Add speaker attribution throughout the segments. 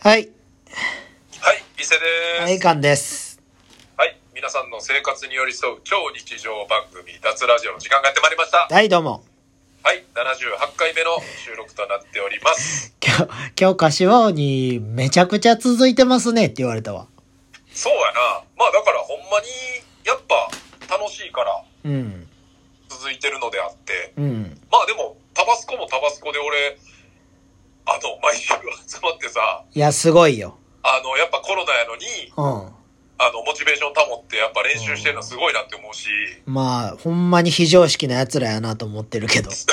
Speaker 1: はい。
Speaker 2: はい、伊勢です。は、
Speaker 1: はいい、かんです。
Speaker 2: 皆さんの生活に寄り添う超日常番組、脱ラジオの時間がやってまいりました。
Speaker 1: はい、どうも。
Speaker 2: はい、78回目の収録となっております。
Speaker 1: 今日、今日、柏王にめちゃくちゃ続いてますねって言われたわ。
Speaker 2: そうやな。まあだからほんまに、やっぱ楽しいから
Speaker 1: うん。
Speaker 2: 続いてるのであって、
Speaker 1: うん。
Speaker 2: まあでも、タバスコもタバスコで俺、あの、毎週集まってさ、
Speaker 1: いや、すごいよ。
Speaker 2: あの、やっぱコロナやのに、
Speaker 1: うん。
Speaker 2: あの、モチベーション保ってやっぱ練習してるのすごいなって思うし、
Speaker 1: まあ、ほんまに非常識な奴らやなと思ってるけど。
Speaker 2: いやでも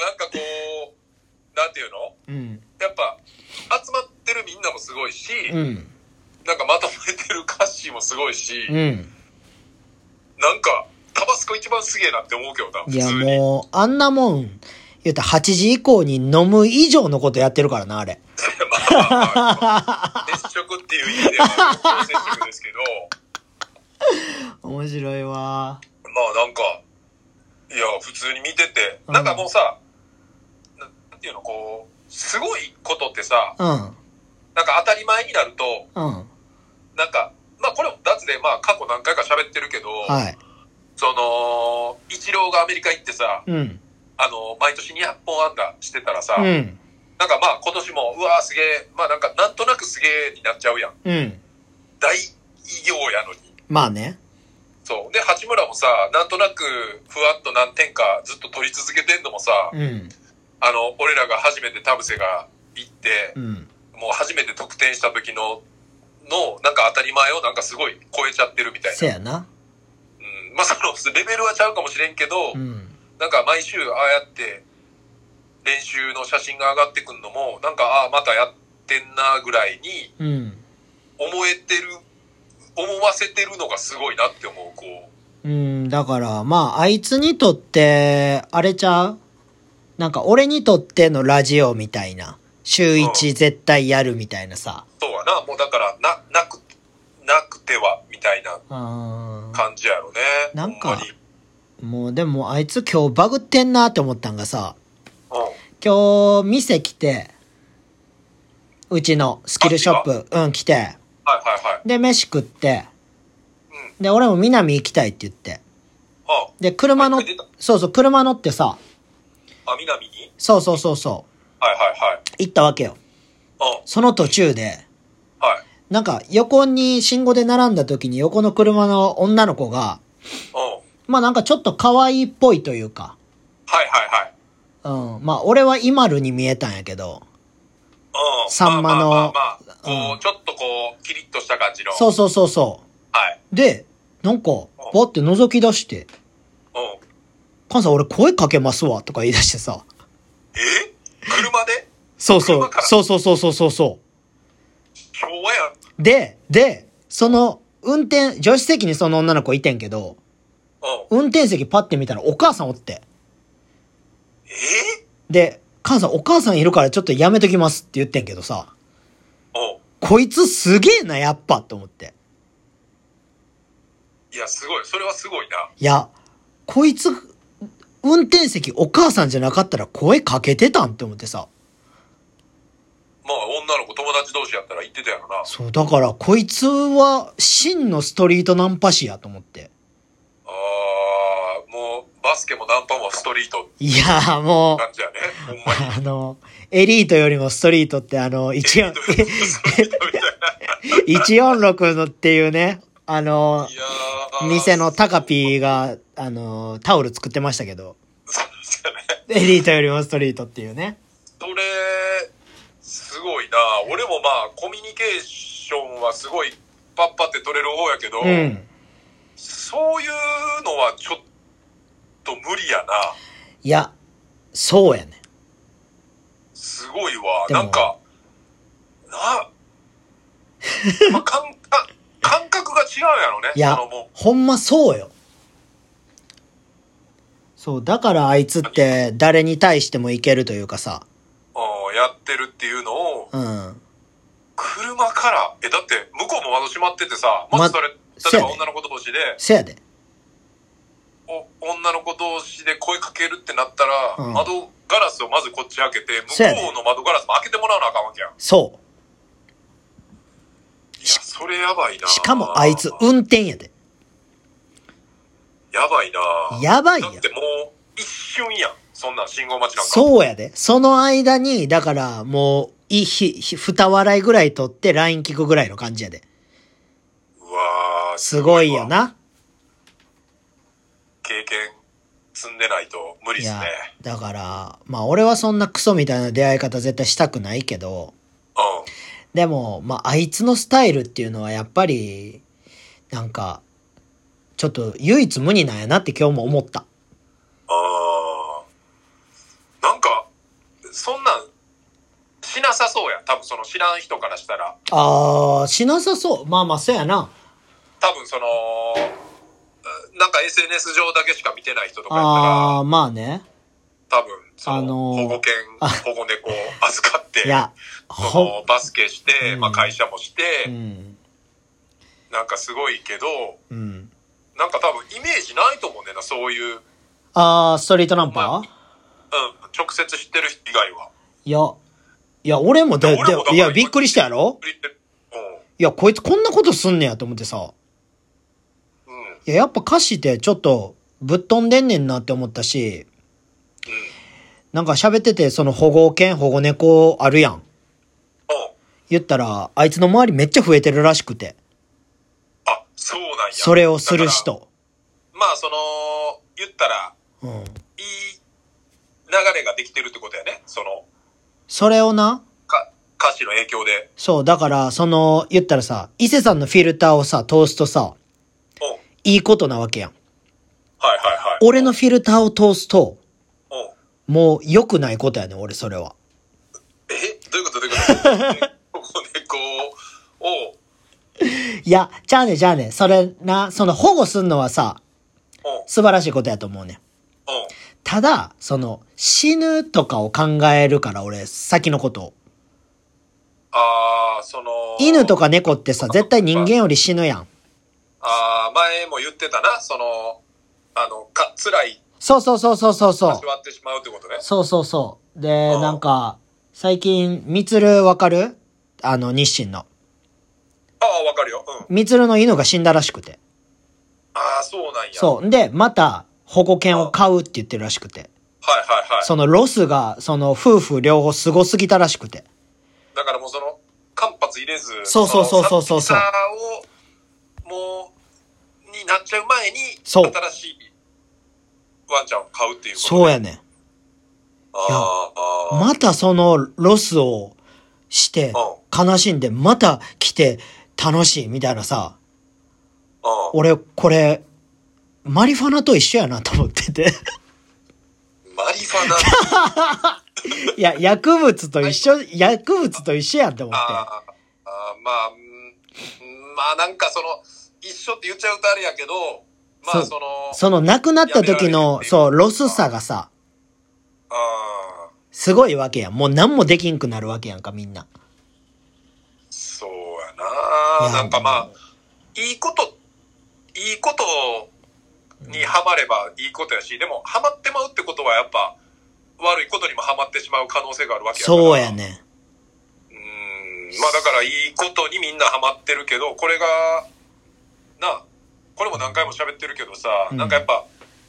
Speaker 2: なんかこう、なんていうの
Speaker 1: うん。
Speaker 2: やっぱ集まってるみんなもすごいし、
Speaker 1: うん。
Speaker 2: なんかまとめてる歌詞もすごいし、
Speaker 1: うん。
Speaker 2: なんかタバスコ一番すげえなって思うけどな、普
Speaker 1: いや、
Speaker 2: 通に。
Speaker 1: もう、あんなもん、言うたら8時以降に飲む以上のことやってるからな、あれ。
Speaker 2: まあまあまあ、接触っていう意味では接触ですけど、
Speaker 1: 面白いわ。
Speaker 2: まあなんか、いや、普通に見てて、
Speaker 1: うん
Speaker 2: なんかもうさ、ななんていうの、こう、すごいことってさ、
Speaker 1: うん。
Speaker 2: なんか当たり前になると、
Speaker 1: うん。
Speaker 2: なんか、まあこれも脱で、まあ過去何回か喋ってるけど、
Speaker 1: はい。
Speaker 2: その、イチローがアメリカ行ってさ、
Speaker 1: うん。
Speaker 2: あの、毎年200本安打してたらさ、
Speaker 1: うん。
Speaker 2: なんかまあ今年も、うわーすげえ、まあなんかなんとなくすげえになっちゃうやん。
Speaker 1: うん。
Speaker 2: 大偉業やのに。
Speaker 1: まあね。
Speaker 2: そう。で、八村もさ、なんとなくふわっと何点かずっと取り続けてんのもさ、
Speaker 1: うん。
Speaker 2: あの、俺らが初めて田臥が行って
Speaker 1: う、ん。
Speaker 2: もう初めて得点した時の、の、なんか当たり前をなんかすごい超えちゃってるみたい
Speaker 1: せ
Speaker 2: な。
Speaker 1: やな。
Speaker 2: うん。まあその、レベルはちゃうかもしれんけど、
Speaker 1: うん。
Speaker 2: なんか毎週ああやって練習の写真が上がってくるのも、なんかああまたやってんなぐらいに
Speaker 1: うん。
Speaker 2: 思えてる、思わせてるのがすごいなって思う、こう。
Speaker 1: うん、だから、まあ、あいつにとって、あれちゃうなんか、俺にとってのラジオみたいな。週一絶対やるみたいなさ。
Speaker 2: そうはな、もうだからな、なく、なくてはみたいな
Speaker 1: うーん。
Speaker 2: 感じやろね。
Speaker 1: なんか
Speaker 2: ほまに
Speaker 1: もう、でも、あいつ今日バグってんなって思ったんがさ、
Speaker 2: うん。
Speaker 1: 今日、店来て、うちのスキルショップ、うん、来て、
Speaker 2: はいはいはい。
Speaker 1: で、飯食って、
Speaker 2: うん。
Speaker 1: で、俺も南行きたいって言って。
Speaker 2: あ、
Speaker 1: で、車乗っ
Speaker 2: あ一回出た、
Speaker 1: そうそう、車乗ってさ、
Speaker 2: あ、南に
Speaker 1: そうそうそうそう、
Speaker 2: はいはいはい。
Speaker 1: 行ったわけよ。
Speaker 2: うん。
Speaker 1: その途中で、
Speaker 2: はい。
Speaker 1: なんか横に信号で並んだ時に横の車の女の子が、
Speaker 2: うん。
Speaker 1: まあなんかちょっと可愛いっぽいというか、
Speaker 2: はいはいはい。
Speaker 1: うん。まあ俺はイマルに見えたんやけど、
Speaker 2: うん。
Speaker 1: さんまの
Speaker 2: まあまあまあまあこ
Speaker 1: うん
Speaker 2: う、ちょっとこう、キリッとした感じの。
Speaker 1: そうそうそうそ
Speaker 2: はい。
Speaker 1: う。で、なんか、バって覗き出して、
Speaker 2: うん。
Speaker 1: カンさん俺声かけますわとか言い出してさ、
Speaker 2: え車で
Speaker 1: そうそう
Speaker 2: 車か、ら
Speaker 1: そうそうそうそうそうそ
Speaker 2: 昭和やん。
Speaker 1: う。で、で、その、運転、助手席にその女の子いてんけど、
Speaker 2: うん。
Speaker 1: 運転席パッて見たらお母さんおって。
Speaker 2: え
Speaker 1: で、カンさんお母さんいるからちょっとやめときますって言ってんけどさ、
Speaker 2: うん。
Speaker 1: こいつすげえな、やっぱと思って。
Speaker 2: いや、すごい。それはすごいな。
Speaker 1: いや、こいつ、運転席お母さんじゃなかったら声かけてたんって思ってさ。
Speaker 2: まあ、女の子、友達同士やったら言ってたやろな。あ
Speaker 1: そう、だからこいつは真のストリートナンパ師やと思って。
Speaker 2: ー、もう、バスケもナンパもストリートって
Speaker 1: いやーもう、
Speaker 2: 感じやね。ほんまに。
Speaker 1: あの、エリートよりもストリートってあの、14
Speaker 2: ストリートみたい
Speaker 1: 146のっていうね、あの
Speaker 2: な。い、やー。
Speaker 1: 店のタカ
Speaker 2: ー。
Speaker 1: ピーが、あの、タオル作ってましたけど、
Speaker 2: そうですよね。
Speaker 1: エリートよりもストリートっていうね。
Speaker 2: それ、すごいな。俺もまあ、コミュニケーションはすごい、パッパって取れる方やけど、
Speaker 1: うん。
Speaker 2: そういうのはちょっと無理やな。
Speaker 1: いや、そうやね。
Speaker 2: すごいわ。
Speaker 1: でも
Speaker 2: なんか、な、 まあ、感感感覚が違うやろね。
Speaker 1: いや
Speaker 2: そのもう
Speaker 1: ほんまそうよ。そう、だからあいつって誰に対してもいけるというかさ。
Speaker 2: うんやってるっていうのを、
Speaker 1: うん。
Speaker 2: 車から、え、だって向こうも窓閉まっててさ、も
Speaker 1: ま
Speaker 2: しそれ、
Speaker 1: そ
Speaker 2: 例
Speaker 1: うや
Speaker 2: えば
Speaker 1: ね
Speaker 2: 女の子同士で、
Speaker 1: せやで。
Speaker 2: お女の子同士で声かけるってなったら、
Speaker 1: うん
Speaker 2: 窓ガラスをまずこっち開けて、
Speaker 1: そうや
Speaker 2: 向
Speaker 1: ね
Speaker 2: こうの窓ガラスも開けてもらわなあかんわけやん。い
Speaker 1: そ
Speaker 2: や、それやばいな。
Speaker 1: う。しかもあいつ運転やで。
Speaker 2: やばいな。
Speaker 1: やばいやん
Speaker 2: だってもう、一瞬やん。そんなん信号待ちなんか。
Speaker 1: そうやで。その間に、だからもう、いひ、ひ、二笑いぐらい取ってライン聞くぐらいの感じやで。
Speaker 2: うわー
Speaker 1: すごいよ。
Speaker 2: わ
Speaker 1: な。
Speaker 2: 経験積んでないと無理
Speaker 1: い
Speaker 2: です
Speaker 1: や
Speaker 2: ね。、
Speaker 1: だから、まあ俺はそんなクソみたいな出会い方絶対したくないけど、
Speaker 2: うん。
Speaker 1: でも、まああいつのスタイルっていうのはやっぱり、なんか、ちょっと唯一無二なんやなって今日も思った。
Speaker 2: あーなんか、そんなん、しなさそうや。多分その知らん人からしたら。
Speaker 1: あー、しなさそう。まあまあ、そうやな。
Speaker 2: 多分その、うんなんか SNS 上だけしか見てない人とかやった
Speaker 1: あー、まあね。
Speaker 2: ら、多分その、
Speaker 1: あのー
Speaker 2: 保護犬、保護猫を 預かって、
Speaker 1: いや、
Speaker 2: そ
Speaker 1: ほ
Speaker 2: の、バスケして、
Speaker 1: うん
Speaker 2: まあ会社もして、
Speaker 1: うん、
Speaker 2: なんかすごいけど、
Speaker 1: うん。
Speaker 2: なんか多分イメージないと思うねんな、そういう、うん、
Speaker 1: あー、ストリートナンパー
Speaker 2: 直接知ってる人以外は。
Speaker 1: いや、いや、俺もだ、
Speaker 2: いや俺もだから
Speaker 1: でいや、びっくりしたやろ
Speaker 2: う
Speaker 1: いや、こいつこんなことすんねやと思ってさ。
Speaker 2: ん、うん、うん。
Speaker 1: いや、やっぱ歌詞ってちょっとぶっ飛んでんねんなって思ったし、なんか喋ってて、その保護犬、保護猫あるやん。
Speaker 2: うん
Speaker 1: 言ったら、あいつの周りめっちゃ増えてるらしくて。
Speaker 2: あ、そうなんや。
Speaker 1: それをする
Speaker 2: だか
Speaker 1: 人。
Speaker 2: ら。まあ、その、言ったら、
Speaker 1: うん。
Speaker 2: いい流れができてるってことやね。その、
Speaker 1: それをな、
Speaker 2: か歌詞の影響で。
Speaker 1: そう、だから、その、言ったらさ、伊勢さんのフィルターをさ、通すとさ、
Speaker 2: うん。
Speaker 1: いいことなわけやん。
Speaker 2: はいはいはい。
Speaker 1: 俺のフィルターを通すと、
Speaker 2: うん。
Speaker 1: もう良くないことやねん、俺それは。
Speaker 2: えどういうことどうい うことここ猫を、
Speaker 1: いや、じゃあね、じゃあね、それな、その保護すんのはさ、
Speaker 2: うん。
Speaker 1: 素晴らしいことやと思うねん。
Speaker 2: うん。
Speaker 1: ただ、その、死ぬとかを考えるから、俺、先のことを。
Speaker 2: ああ、その、
Speaker 1: 犬とか猫ってさ、絶対人間より死ぬやん。
Speaker 2: ああ、前も言ってたな、その、あの、か、辛い、
Speaker 1: そうそうそうそうそうそう
Speaker 2: 味。わってしまうってことね。
Speaker 1: そうそうそう。で、
Speaker 2: うん
Speaker 1: なんか、最近、みつるわかるあの、日清の。
Speaker 2: ああ、わかるよ。うん。
Speaker 1: みつるの犬が死んだらしくて。
Speaker 2: ああ、そうなんや。
Speaker 1: そう。で、また、保護犬を買うって言ってるらしくて。
Speaker 2: はいはいはい。
Speaker 1: そのロスが、その夫婦両方すごすぎたらしくて。
Speaker 2: だからもうその、間髪入れず、
Speaker 1: そうそうそうそうそうそう
Speaker 2: のサッピーさを、もう、になっちゃう前に、
Speaker 1: そう
Speaker 2: 新しいワンちゃんを買うっていうこと。
Speaker 1: そうやねん。
Speaker 2: あーあー、
Speaker 1: またそのロスをして、悲しんで、また来て楽しいみたいなさ、
Speaker 2: うん
Speaker 1: 俺、これ、マリファナと一緒やなと思ってて。
Speaker 2: マリファナ。
Speaker 1: いや、薬物と一緒、薬物と一緒やんって思って。
Speaker 2: あーあー、まあ、うんまあなんかその、一緒って言っちゃうとあれやけど、まあ
Speaker 1: そう
Speaker 2: その、
Speaker 1: その亡くなった時の、そう、ロスさがさ、
Speaker 2: あー
Speaker 1: すごいわけやん。もう何もできんくなるわけやんか、みんな。
Speaker 2: そう
Speaker 1: い
Speaker 2: や
Speaker 1: や
Speaker 2: な。なんかまあ、いいこと、いいことにハマればいいことやし、でもハマってまうってことはやっぱ、悪いことにもハマってしまう可能性があるわけやから。
Speaker 1: そうや。ね。
Speaker 2: うん。まあだからいいことにみんなハマってるけど、これが、なあ、これも何回も喋ってるけどさ、
Speaker 1: うん
Speaker 2: なんかやっぱ、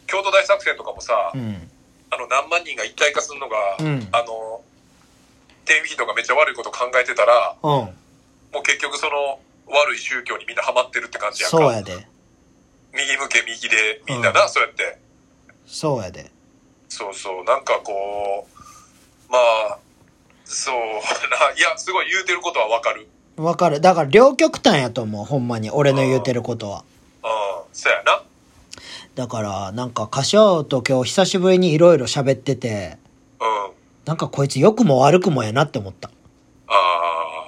Speaker 2: 京都大作戦とかもさ、
Speaker 1: うん。
Speaker 2: あの何万人が一体化するのが、
Speaker 1: うん
Speaker 2: あの、テレビ費とかめっちゃ悪いこと考えてたら、
Speaker 1: うん。
Speaker 2: もう結局その悪い宗教にみんなハマってるって感じやんか。
Speaker 1: そうやで。
Speaker 2: 右向け右でみんなな、
Speaker 1: うん
Speaker 2: そうやって。
Speaker 1: そうやで。
Speaker 2: そうそう、なんかこう、まあ、そう な、いや、すごい言うてることはわかる。
Speaker 1: わかる。だから両極端やと思う、ほんまに。俺の言うてることは。
Speaker 2: うん、そうやな。
Speaker 1: だから、なんか、柏と今日久しぶりにいろいろ喋ってて、
Speaker 2: うん。
Speaker 1: なんかこいつ良くも悪くもやなって思った。
Speaker 2: ああ。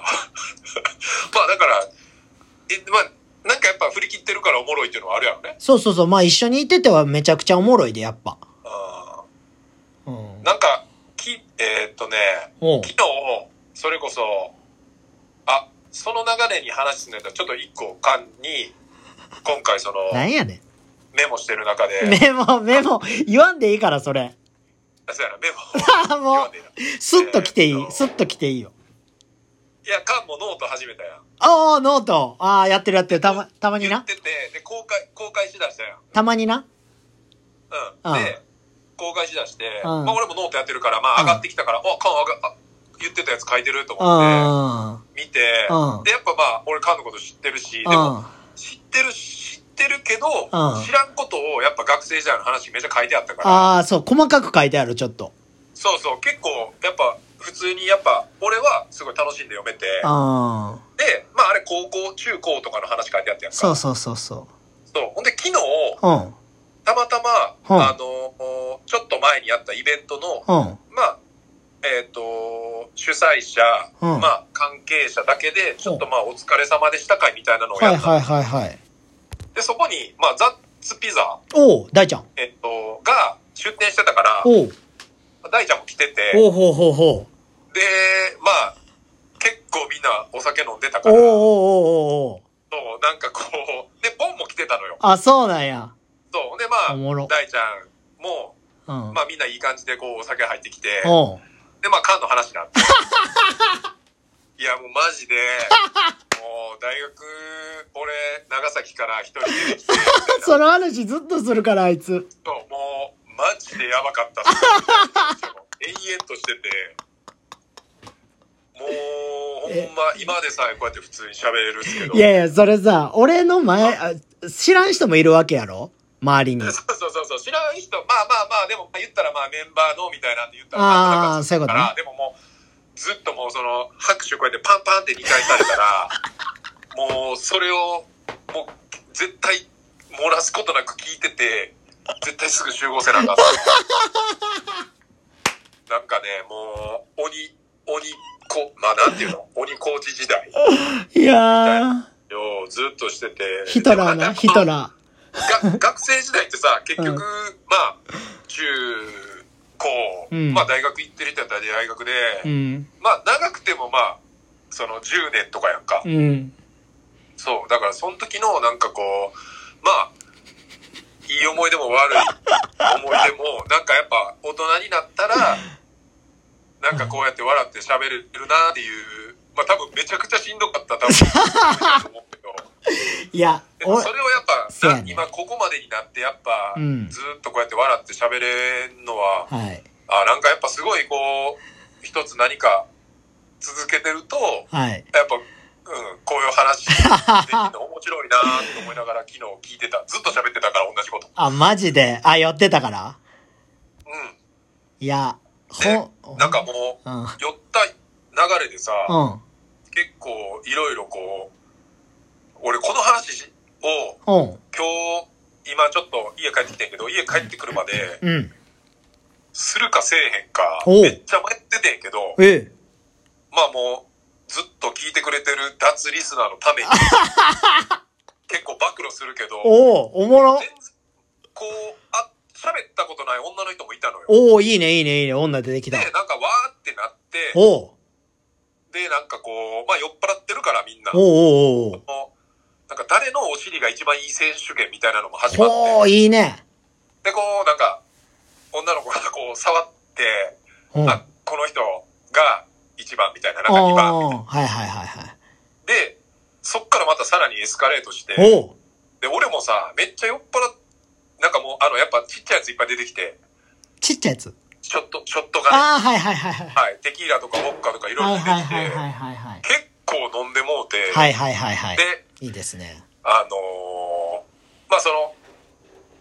Speaker 2: まあだから、え、まあ、なんかやっぱ振り切ってるからおもろいっていうのはあるやろね。
Speaker 1: そうそうそう。まあ一緒にいててはめちゃくちゃおもろいで、やっぱ。
Speaker 2: あ
Speaker 1: うん。
Speaker 2: ーなんか、き、えーっとね、
Speaker 1: おう
Speaker 2: 昨日、それこそ、あ、その流れに話すんだったらちょっと一個間に、今回その、
Speaker 1: なんやね
Speaker 2: メモしてる中で、
Speaker 1: ん。メモ、メモ、言わんでいいから、それ。
Speaker 2: あそうやな、メモ
Speaker 1: あも
Speaker 2: 読ん
Speaker 1: う
Speaker 2: で、
Speaker 1: スッと来てい
Speaker 2: えー
Speaker 1: い。
Speaker 2: と
Speaker 1: スッと来ていいよ。
Speaker 2: いや、カンもノート始めたやん。
Speaker 1: ああ、ノート。ああ、やってるやってる。たま、たまに
Speaker 2: 言っ
Speaker 1: な。
Speaker 2: てて、で、公開、公開しだしたやん。
Speaker 1: たまにな。
Speaker 2: うん。で、公開しだして、
Speaker 1: う
Speaker 2: ま
Speaker 1: ん
Speaker 2: あ俺もノートやってるから、まあ
Speaker 1: うん
Speaker 2: 上がってきたから、あ、カン上が、あ言ってたやつ書いてると
Speaker 1: う
Speaker 2: 思っ
Speaker 1: ん。
Speaker 2: て、見て
Speaker 1: うん、
Speaker 2: で、やっぱまあ、俺カンのこと知ってるし、でも、
Speaker 1: う
Speaker 2: 知ってる、知ってるけど
Speaker 1: うん、
Speaker 2: 知らんことをやっぱ学生時代の話めっちゃ書いてあった
Speaker 1: ん。
Speaker 2: から、
Speaker 1: ああ、そう、細かく書いてある、ちょっと。
Speaker 2: そうそう、結構、やっぱ、普通にやっぱ、俺はすごい楽しんで読めて、
Speaker 1: うん。
Speaker 2: で、まああれ高校、中高とかの話書いてあったやんか。
Speaker 1: そうそうそうそ
Speaker 2: そう。ほんで昨日、
Speaker 1: う。うん。
Speaker 2: たまたま、
Speaker 1: はい
Speaker 2: あの、ちょっと前にやったイベントの、
Speaker 1: うん。
Speaker 2: まあ、えっ、と、主催者、
Speaker 1: うん
Speaker 2: まあ、関係者だけで、ちょっとまあ、お疲れ様でした会みたいなのを
Speaker 1: は
Speaker 2: や
Speaker 1: い
Speaker 2: った。
Speaker 1: はいはいはい。
Speaker 2: で、そこに、まあ、ザッツピザ、
Speaker 1: おう、大ちゃん。
Speaker 2: えっ、と、が出店してたから、
Speaker 1: おう。
Speaker 2: 大ちゃんも来てて、
Speaker 1: おうほうほうほう。
Speaker 2: で、まあ、結構みんなお酒飲んでたか
Speaker 1: おう
Speaker 2: ら、
Speaker 1: おう
Speaker 2: そう、
Speaker 1: おうおうおう。
Speaker 2: なんかこう、で、ボンも来てたのよ。
Speaker 1: あ、そうなんや。
Speaker 2: そう。で、
Speaker 1: お
Speaker 2: ま
Speaker 1: もろ
Speaker 2: あ、大ちゃんも、
Speaker 1: うん。
Speaker 2: まあ、みんないい感じでこう、お酒入ってきて、
Speaker 1: おう。
Speaker 2: で、まあ、缶の話になって。 いや、もうマジで、もう大学、俺、長崎から一人で来て、
Speaker 1: その話ずっとするから、あいつ。
Speaker 2: もう、マジでやばかったっす。延々としてて、もう、ほんま、今でさえこうやって普通に喋れるんですけど。
Speaker 1: いやいや、それさ、俺の前、あ知らん人もいるわけやろ周りに。
Speaker 2: そうそうそうそう、知らん人、まあまあまあ、でも、まあ言ったらまあメンバーのみたいなんて言ったら、
Speaker 1: あー
Speaker 2: ま
Speaker 1: そういうことね
Speaker 2: だからでももう、ずっともうその、拍手こうやってパンパンって2回されたら、もう、それを、もう、絶対、漏らすことなく聞いてて、絶対すぐ集合せなあかん。なんかね、もう、鬼、鬼子、まあなんていうの、鬼コーチ時代
Speaker 1: いや
Speaker 2: をずっとしてて。
Speaker 1: ー、ヒトラーな、 ヒトラー。
Speaker 2: が学生時代ってさ、結局、
Speaker 1: うん
Speaker 2: まあ、中高、
Speaker 1: うん
Speaker 2: まあ大学行ってる人やったら大学で、
Speaker 1: うん。
Speaker 2: まあ長くてもまあ、その10年とかやんか。
Speaker 1: うん。
Speaker 2: そう。だからその時のなんかこう、まあ、いい思い出も悪い思い出も、なんかやっぱ大人になったら、なんかこうやって笑って喋れるなっていう、まあ多分めちゃくちゃしんどかった 多分。思うけど
Speaker 1: いや、
Speaker 2: でも
Speaker 1: お
Speaker 2: そ、れをやっぱ、
Speaker 1: そうや
Speaker 2: な
Speaker 1: ね
Speaker 2: 今ここまでになってやっぱ、
Speaker 1: うん
Speaker 2: ずーっとこうやって笑って喋れんのは、
Speaker 1: はい。
Speaker 2: あなんかやっぱすごいこう、一つ何か続けてると、
Speaker 1: はい。
Speaker 2: やっぱ、うん、こういう話できるの面白いなと思いながら昨日聞いてた。ずっと喋ってたから同じこと。
Speaker 1: あ、マジで。あ、寄ってたから
Speaker 2: う
Speaker 1: いや、
Speaker 2: ね
Speaker 1: ほ
Speaker 2: ん。なんかも
Speaker 1: うん。うん。
Speaker 2: う、寄った流れでさ、結構いろいろこう、俺この話を
Speaker 1: うん。
Speaker 2: 今日、今ちょっと家帰ってきてんけど、家帰ってくるまで、
Speaker 1: うん。
Speaker 2: するかせえへんか、
Speaker 1: おう
Speaker 2: めっちゃ迷っててんけど、
Speaker 1: ええ。
Speaker 2: まあもう、ずっと聞いてくれてる脱リスナーのた めに、結構暴露するけど、
Speaker 1: おおおもろ
Speaker 2: 全然、こう、あ、喋ったことない女の人もいたのよ。
Speaker 1: おおいいね、いいね、いいね。女出てき
Speaker 2: で、
Speaker 1: た。
Speaker 2: なんかわーってなって、
Speaker 1: おお
Speaker 2: で、なんかこう、まあ酔っ払ってるからみんな。
Speaker 1: おおお
Speaker 2: もうなんか誰のお尻が一番いい選手権みたいなのも始まっ
Speaker 1: ほ
Speaker 2: て。
Speaker 1: う、いいね。
Speaker 2: で、こう、なんか、女の子がこう触って、
Speaker 1: うん。
Speaker 2: あ、この人が一番みたいな、なんか2番みたいな。
Speaker 1: おーはいはいはいはい。
Speaker 2: で、そっからまたさらにエスカレートして、
Speaker 1: おお
Speaker 2: で、俺もさ、めっちゃ酔っ払っ、なんかもう、あの、やっぱちっちゃいやついっぱい出てきて、
Speaker 1: ちっちゃいやつ。
Speaker 2: ショット、ショットガン
Speaker 1: ああ、はいはいはいはい。
Speaker 2: はい、テキーラとかウォッカとかいろ
Speaker 1: はいい
Speaker 2: ろ出て
Speaker 1: はい
Speaker 2: き
Speaker 1: はいはい
Speaker 2: て、
Speaker 1: はいはい。
Speaker 2: 結構飲んでもうて、
Speaker 1: はいはいはいはい。
Speaker 2: で、
Speaker 1: いいですね。
Speaker 2: あのーまあその、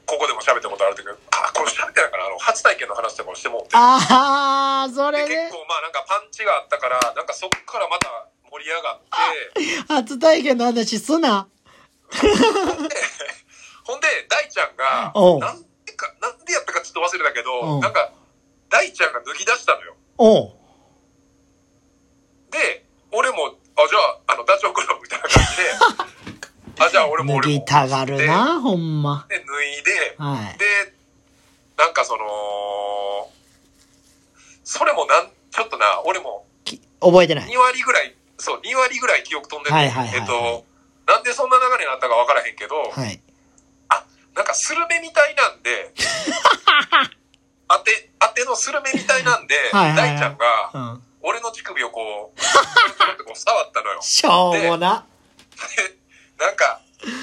Speaker 2: ここでも喋ったことあるんだけど、あ、これ喋ってないから、あの、初体験の話とかもしてもうて、
Speaker 1: ああ、そ
Speaker 2: で
Speaker 1: れ
Speaker 2: 結
Speaker 1: ね。
Speaker 2: 構まあなんかパンチがあったから、なんかそっからまた盛り上がって、
Speaker 1: 初体験の話すな。
Speaker 2: ほんで、大ちゃんが、
Speaker 1: おう
Speaker 2: なんでか、なんでやったかちょっと忘れたけ
Speaker 1: う
Speaker 2: ど、
Speaker 1: ん
Speaker 2: なんか、大ちゃんが脱ぎ出したのよ。
Speaker 1: おう
Speaker 2: で、俺も、あ、じゃあ、あの、ダチョウ倶楽部みたいな感 じで、あ、じゃあ俺も
Speaker 1: 脱
Speaker 2: 俺も。
Speaker 1: ぎたがるな、ほんま。
Speaker 2: で、脱いで、
Speaker 1: はい。
Speaker 2: で、なんかその、それもなん、ちょっとな、俺も
Speaker 1: き覚えてない。
Speaker 2: 2割ぐらい、そう、2割ぐらい記憶飛んでる。
Speaker 1: はいはいはいはい
Speaker 2: えっと、なんでそんな流れになったかわからへんけど、
Speaker 1: はい。
Speaker 2: なんかスルメみたいなんで、当て、当てのスルメみたいなんで、
Speaker 1: はいはいはい
Speaker 2: 大ちゃんが
Speaker 1: う、ん。
Speaker 2: 俺の乳首をこう、スルスルってこう触ったのよ。
Speaker 1: しょうもな。
Speaker 2: でなんか、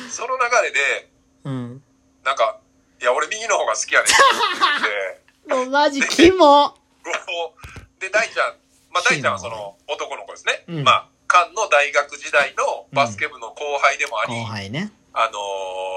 Speaker 2: その流れで、
Speaker 1: うん。
Speaker 2: なんか、いや、俺右の方が好きやねんって
Speaker 1: もうマジキモ。
Speaker 2: 言って、こうで、大ちゃん、まあ大ちゃんはその男の子ですね。
Speaker 1: うん
Speaker 2: まあ、菅の大学時代のバスケ部の後輩でもあり、
Speaker 1: 後輩ね。
Speaker 2: あの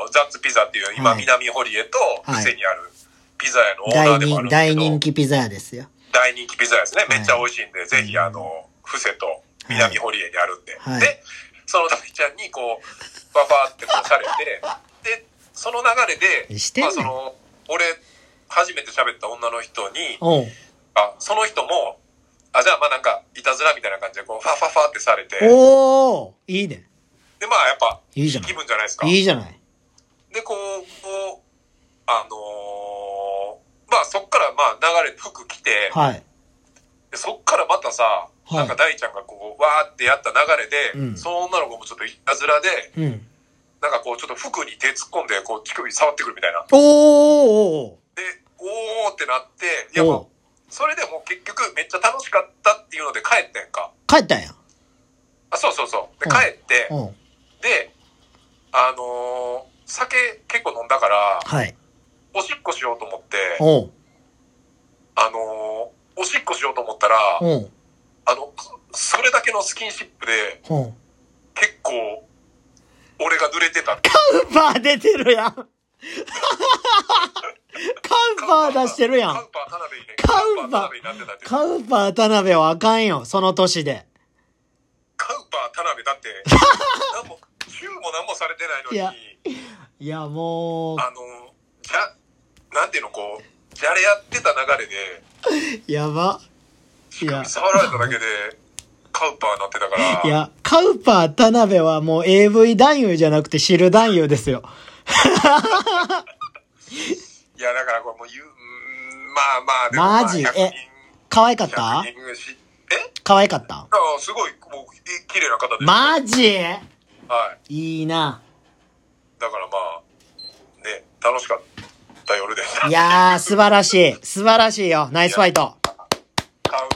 Speaker 2: ーザッツピザっていう、今、
Speaker 1: はい
Speaker 2: 南堀江と
Speaker 1: はい
Speaker 2: 店にあるピザ屋のオーナ
Speaker 1: 大
Speaker 2: ーでもあ
Speaker 1: 人
Speaker 2: るんですけ
Speaker 1: 大
Speaker 2: ど、
Speaker 1: 人気ピザ屋ですよ。
Speaker 2: 大人気ピザ屋ですね。
Speaker 1: はい
Speaker 2: めっちゃ美味しいんで、ぜひ、あの、伏せと南堀江にあるんで。
Speaker 1: はい
Speaker 2: で、その大ちゃんに、こう、ババーってこうされ て、で、その流れで、
Speaker 1: してん
Speaker 2: ま
Speaker 1: ね
Speaker 2: あ、
Speaker 1: ん
Speaker 2: その、俺、初めて喋った女の人に、
Speaker 1: おう
Speaker 2: あ、その人も、あ、じゃあ、まあなんか、いたずらみたいな感じで、こう、ファファファってされて、
Speaker 1: おーいいね。
Speaker 2: で、まあ、やっぱ、
Speaker 1: いいじゃな
Speaker 2: 気
Speaker 1: い。
Speaker 2: 分じゃないですか。
Speaker 1: いいじゃない。
Speaker 2: で、こう、こう、あのーまあそっからまあ流れ、服着て、
Speaker 1: はい。
Speaker 2: でそっからまたさ、
Speaker 1: い
Speaker 2: なんか大ちゃんがこう、わーってやった流れで、
Speaker 1: うん
Speaker 2: その女の子もちょっといたずらで、
Speaker 1: うん。
Speaker 2: なんかこう、ちょっと服に手突っ込んで、こう、乳首触ってくるみたいな。
Speaker 1: おーお
Speaker 2: で、おーってなって、い
Speaker 1: ー
Speaker 2: や
Speaker 1: お
Speaker 2: も
Speaker 1: お
Speaker 2: う、それでもう結局めっちゃ楽しかったっていうので帰ってんか。
Speaker 1: 帰ったんや。
Speaker 2: あ、そうそうそう。で、
Speaker 1: うん
Speaker 2: 帰って、
Speaker 1: おうん。
Speaker 2: で、あのー酒結構飲んだから、
Speaker 1: はい。
Speaker 2: おしっこしようと思って、
Speaker 1: おう
Speaker 2: あのーおしっこしようと思ったら、
Speaker 1: おう
Speaker 2: あの、そそれだけのスキンシップで、
Speaker 1: お う
Speaker 2: 結構、俺が濡れてた。
Speaker 1: カウパー出てる やん。カウパー出してるや
Speaker 2: カ
Speaker 1: ん
Speaker 2: ウ。パー田辺にね、
Speaker 1: カウパー
Speaker 2: カウ田辺になってたって。カ
Speaker 1: カウパー田辺はあかんよ、その年で。
Speaker 2: ウパー田辺だって、なんも、チューも何もされてないの
Speaker 1: いや
Speaker 2: に、
Speaker 1: いや、もう、
Speaker 2: あの、じゃ、なんていうの、こう、じゃれやってた流れで、
Speaker 1: やば。いや、
Speaker 2: 触られただけで、カウパーなってたから、
Speaker 1: いや、カウパー田辺はもう AV 男優じゃなくて知る男優ですよ。
Speaker 2: いや、だからこれもう言う、うーんまあまあ、でも
Speaker 1: マジ
Speaker 2: まあ
Speaker 1: え可愛かった
Speaker 2: 100人しえ
Speaker 1: 可愛かった
Speaker 2: あすごい、もう、い綺麗な方です。
Speaker 1: マジ
Speaker 2: はい。
Speaker 1: いいな。
Speaker 2: だからまあ、ね、楽しかった夜でした。
Speaker 1: いやー、素晴らしい。素晴らしいよ。ナイスファイト。
Speaker 2: カウ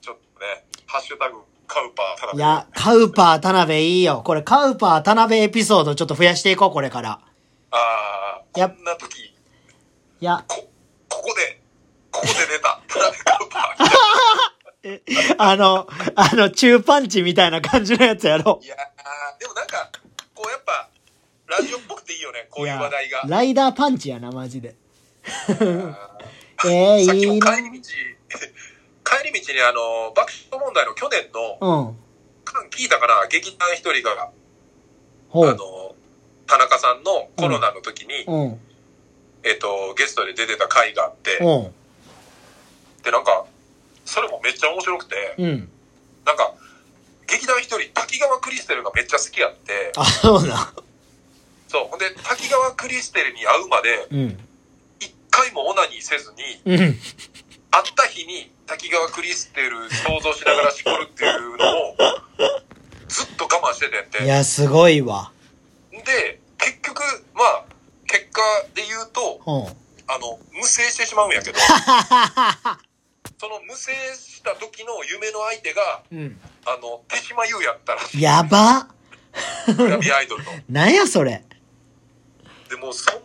Speaker 2: ちょっとね、ハッシュタグ、カウパー、ただ
Speaker 1: いや、カウパー田辺いいよ。これ、カウパー田辺エピソードちょっと増やしていこう、これから。
Speaker 2: あ
Speaker 1: いや
Speaker 2: ー、こんな時、
Speaker 1: いや、
Speaker 2: こ、ここで、ここで出た、田辺カウパー。
Speaker 1: あの、あの、中パンチみたいな感じのやつやろ
Speaker 2: い。やー、でもなんか、こうやっぱ、ラジオっぽくていいよね、こういう話題が。
Speaker 1: いやライダーパンチやな、マジで。え
Speaker 2: さ
Speaker 1: ー、
Speaker 2: っき
Speaker 1: い
Speaker 2: も
Speaker 1: いな。
Speaker 2: 帰り道、帰り道にあの、爆笑問題の去年の、
Speaker 1: うん。
Speaker 2: 聞いたかな、劇団一人が、
Speaker 1: ほ
Speaker 2: あ
Speaker 1: う。
Speaker 2: の、田中さんのコロナの時に、
Speaker 1: うん。
Speaker 2: えっと、ゲストで出てた回があって、
Speaker 1: うん。
Speaker 2: で、なんか、それもめっちゃ面白くて、
Speaker 1: うん。
Speaker 2: なんか、劇団一人、滝川クリステルがめっちゃ好きやって、
Speaker 1: あ、そうな。
Speaker 2: そう、ほんで、滝川クリステルに会うまで、
Speaker 1: うん。
Speaker 2: 一回もオナニーせず
Speaker 1: う
Speaker 2: に、
Speaker 1: ん。
Speaker 2: 会った日に滝川クリステル想像しながらしこるっていうのを、ずっと我慢しててん
Speaker 1: い
Speaker 2: て。
Speaker 1: や、すごいわ。
Speaker 2: で、結局、まあ、結果で言うと、
Speaker 1: うん。
Speaker 2: あの、無制してしまうんや けど、その無制した時の夢の相手が、
Speaker 1: うん。
Speaker 2: あの、手島優やったら、
Speaker 1: やば。
Speaker 2: グラビアアイドルの。
Speaker 1: なんや、それ。
Speaker 2: でも、その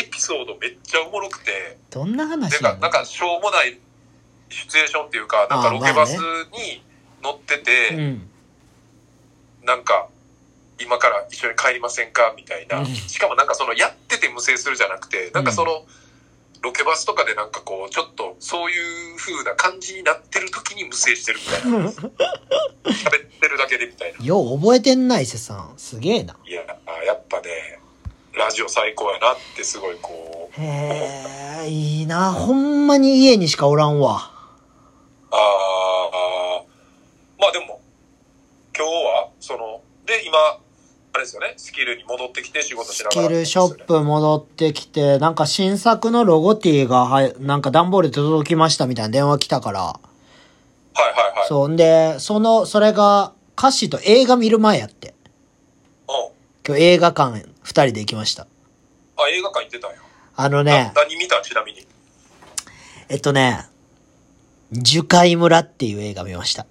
Speaker 2: エピソードめっちゃおもろくて、
Speaker 1: どんな
Speaker 2: なん
Speaker 1: 話や
Speaker 2: か、
Speaker 1: の
Speaker 2: なんか、しょうもないシチュエーションっていうか、なん
Speaker 1: あ
Speaker 2: か
Speaker 1: ー
Speaker 2: ロケバス
Speaker 1: ま
Speaker 2: に乗って
Speaker 1: う
Speaker 2: て、
Speaker 1: ん。
Speaker 2: なんか、今から一緒に帰りませんかみたいな
Speaker 1: う。ん
Speaker 2: しかもなんかその、やってて無制するじゃなくて、なんかその、ロケバスとかでなんかこう、ちょっとそういう風な感じになってる時に無制してるみたいな。喋ってるだけでみたいな。
Speaker 1: よう覚えてんない、せさん。すげえな。
Speaker 2: いや、あやっぱね、ラジオ最高やなってすごいこう、
Speaker 1: へえ、いいな。ほんまに家にしかおらんわ。
Speaker 2: あーあー、まあでも、今日は、その、で、今、あれですよね、スキルに戻ってきて仕事し
Speaker 1: ス
Speaker 2: ながら、
Speaker 1: キルショッ。プ戻ってきて、なんか新作のロゴティーが、はい、なんか段ボールで届きましたみたいな電話来たから。
Speaker 2: はいはいはい。
Speaker 1: そう。んで、その、それが、歌詞と映画見る前やって。
Speaker 2: うん。
Speaker 1: 今日映画館、二人で行きました。
Speaker 2: あ、映画館行ってたんや。
Speaker 1: あの
Speaker 2: な
Speaker 1: ね、
Speaker 2: 何見たちなみに。
Speaker 1: えっとね、樹海村っていう映画見ました。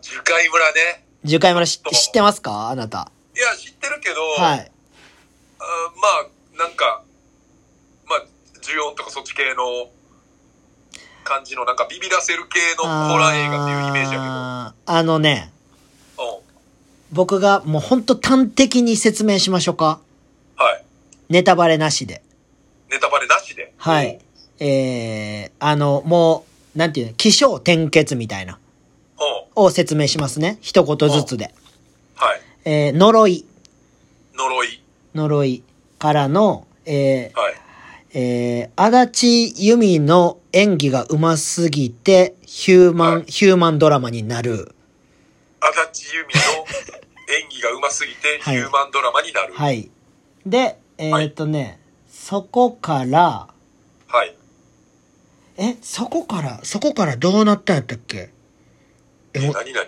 Speaker 2: 樹海村ね。
Speaker 1: 樹海村知って知ってますかあなた。
Speaker 2: いや、知ってるけど、
Speaker 1: はい。
Speaker 2: あまあ、なんか、まあ、14とかそっち系の感じの、なんかビビらせる系のホラー映画っていうイメージや
Speaker 1: あーあのね、
Speaker 2: けど。うん。
Speaker 1: 僕がもうほんと端的に説明しましょうか。
Speaker 2: はい。
Speaker 1: ネタバレなしで。
Speaker 2: ネタバレなしで。
Speaker 1: はい。えー、あの、もう、なんていうの、起承転結みたいな、
Speaker 2: うん。うん。
Speaker 1: を説明しますね。一言ずつで。
Speaker 2: はい。
Speaker 1: えー、呪い、
Speaker 2: 呪い。
Speaker 1: 呪いからの、え
Speaker 2: はい。
Speaker 1: ー、えー、足立由美の演技が上手すぎて、ヒューマン、
Speaker 2: はい
Speaker 1: ヒューマンドラマになる。
Speaker 2: 足立由美の演技が上手すぎて
Speaker 1: は
Speaker 2: ヒ
Speaker 1: い
Speaker 2: ューマンドラマになる。はい。
Speaker 1: はい。で、えーっとね、そこから、え、そこから、そこからどうなったんやったっけえ
Speaker 2: え、
Speaker 1: もう
Speaker 2: 何々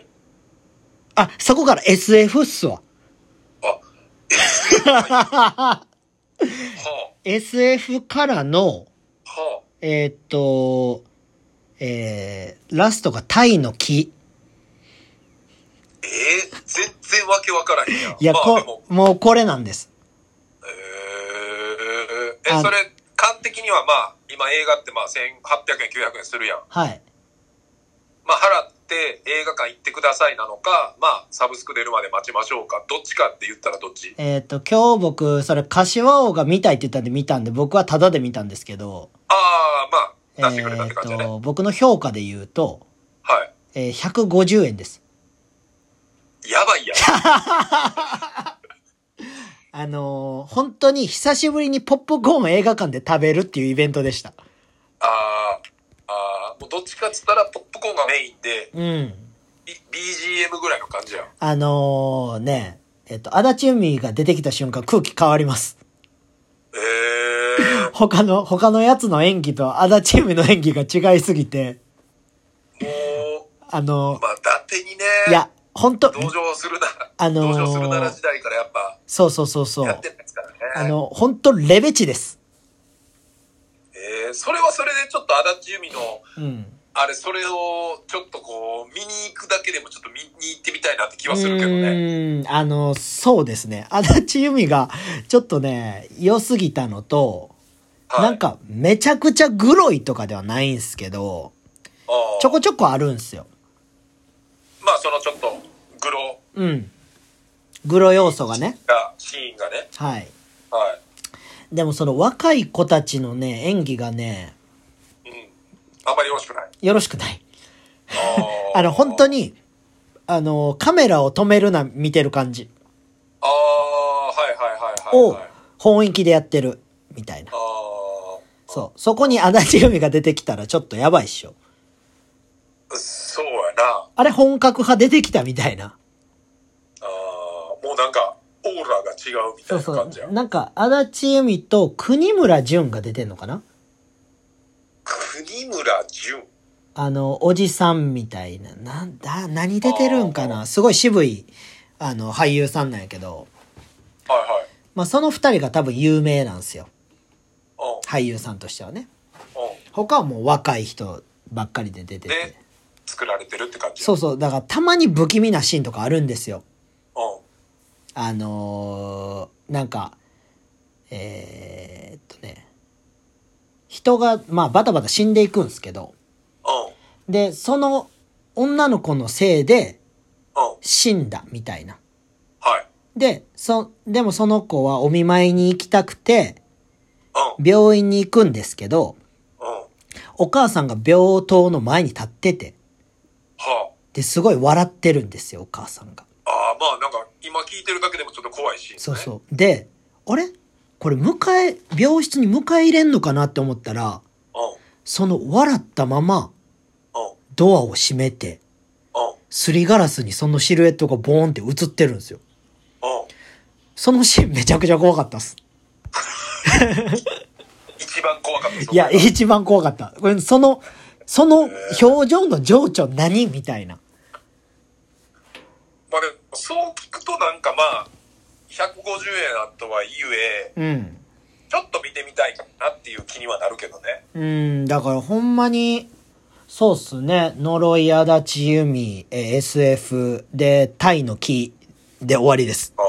Speaker 1: あ、そこから SF っすわ。
Speaker 2: あ、は
Speaker 1: SF からの、
Speaker 2: あ、は
Speaker 1: えーっと、えー、ラストがタイの木。
Speaker 2: あ、えー、全然わけわからへんやん。
Speaker 1: いや、
Speaker 2: まあでも
Speaker 1: こ、、もうこれなんです。
Speaker 2: え
Speaker 1: あ
Speaker 2: ー、え、それ、勘的にはまあ、今映画ってまあ1800円、900円するやん。
Speaker 1: はい。
Speaker 2: まあ払って映画館行ってくださいなのか、まあサブスク出るまで待ちましょうか。どっちかって言ったらどっち
Speaker 1: えーっと、今日僕、それ、柏王が見たいって言ったんで見たんで、僕はタダで見たんですけど、
Speaker 2: ああ、
Speaker 1: え
Speaker 2: まあ、出してくれたって
Speaker 1: ーっ
Speaker 2: 感じだね。
Speaker 1: と、僕の評価で言うと、
Speaker 2: は
Speaker 1: えー、150円です。
Speaker 2: い。やばいやん。
Speaker 1: あのー本当に久しぶりにポップコーンを映画館で食べるっていうイベントでした。
Speaker 2: あーあー、もうどっちかっつったらポップコーンがメインで、
Speaker 1: うん。
Speaker 2: B- BGM ぐらいの感じやん。
Speaker 1: あのーね、えっと、足立由美が出てきた瞬間空気変わります。
Speaker 2: ええ
Speaker 1: 他の、他のやつの演技と足立由美の演技が違いすぎて、
Speaker 2: ー、も
Speaker 1: あの
Speaker 2: う、まあ、伊達にね、
Speaker 1: ーいや、本当
Speaker 2: 同情するな、
Speaker 1: あのー
Speaker 2: 同情するなら時代からやっぱ、
Speaker 1: そうそうそうそ
Speaker 2: や
Speaker 1: う
Speaker 2: って。たやつからね。
Speaker 1: あの、本当レベチです。
Speaker 2: えーそれはそれでちょっと足立由美の、
Speaker 1: うん。
Speaker 2: あれ、それをちょっとこう、見に行くだけでもちょっと見に行ってみたいなって気はするけどね。
Speaker 1: うーん、あの、そうですね。足立由美が、ちょっとね、良すぎたのと、
Speaker 2: は
Speaker 1: な
Speaker 2: い、
Speaker 1: ん、か、めちゃくちゃグロいとかではないんすけど、ち
Speaker 2: ち
Speaker 1: ょこちょこあるんすよ。
Speaker 2: まあ、そのちょっと、グロ
Speaker 1: うん。グロ要素がね。
Speaker 2: が、シーンがね。
Speaker 1: はい。
Speaker 2: は
Speaker 1: でもその若い子たちのね、演技がね、
Speaker 2: い。うん。あまりよろしくない。
Speaker 1: よろしくない。
Speaker 2: あー
Speaker 1: あの、本当に、あの、カメラを止めるな、見てる感じ
Speaker 2: ああ、はいはいはいはい、
Speaker 1: を
Speaker 2: はい。、
Speaker 1: 本域でやってる、みたいな。
Speaker 2: あ
Speaker 1: そう。そこに足立由美が出てきたらちょっとやばいっしょ。
Speaker 2: あ、そうやな。あ
Speaker 1: あれ、本格派出てきたみたいな。
Speaker 2: あー、もうなんか、オーラが違うみた
Speaker 1: そ
Speaker 2: いうな
Speaker 1: そ
Speaker 2: 感じや。
Speaker 1: う。なんか、足立由美と国村淳が出てんのかな
Speaker 2: 国村淳。
Speaker 1: あの、おじさんみたいな、なんだ、何出てるんかなすごい渋い、あの、俳優さんなんやけど、
Speaker 2: はいはい。
Speaker 1: まあ、その二人が多分有名なんですよ。
Speaker 2: うん、うん。
Speaker 1: 俳優さんとしてはね。他はもう若い人ばっかりで出てて
Speaker 2: で。、作られてるって感じ。
Speaker 1: そうそう、だからたまに不気味なシーンとかあるんですよ。
Speaker 2: うん。は
Speaker 1: あのーなんか、えーっとね、人が、まあ、バタバタ死んでいくんですけど、
Speaker 2: い。
Speaker 1: で、その女の子のせいで
Speaker 2: うん。うん。
Speaker 1: 死んだみたいな。
Speaker 2: はい。
Speaker 1: で、そ、でもその子はお見舞いに行きたくて、
Speaker 2: う
Speaker 1: 病院に行くんですけど、
Speaker 2: ん。うん。
Speaker 1: お母さんが病棟の前に立ってて、
Speaker 2: は
Speaker 1: で、すごい笑ってるんですよ、お母さんが。
Speaker 2: あ。ああ、まあなんか、今聞いてるだけでもちょっと怖いシーン、ね。
Speaker 1: そうそう。で、あれこれ迎え、病室に迎え入れんのかなって思ったら、
Speaker 2: うん。
Speaker 1: その笑ったまま
Speaker 2: うん。
Speaker 1: ドアを閉めて、
Speaker 2: うん。
Speaker 1: すりガラスにそのシルエットがボーンって映ってるんですよ。
Speaker 2: うん。
Speaker 1: そのシーンめちゃくちゃ怖かったっす。
Speaker 2: 一番怖かったそ
Speaker 1: いや、
Speaker 2: れが
Speaker 1: 一番怖かった。これその、その表情の情緒何みたいな。
Speaker 2: まあでも、そう聞くとなんかまあ、150円あとはいえ、
Speaker 1: うん。
Speaker 2: ちょっと見てみたいかなっていう気にはなるけどね。
Speaker 1: うん、だからほんまに、そうっすね。呪い、足立由美、えー SF で、タイの木で終わりです。
Speaker 2: あ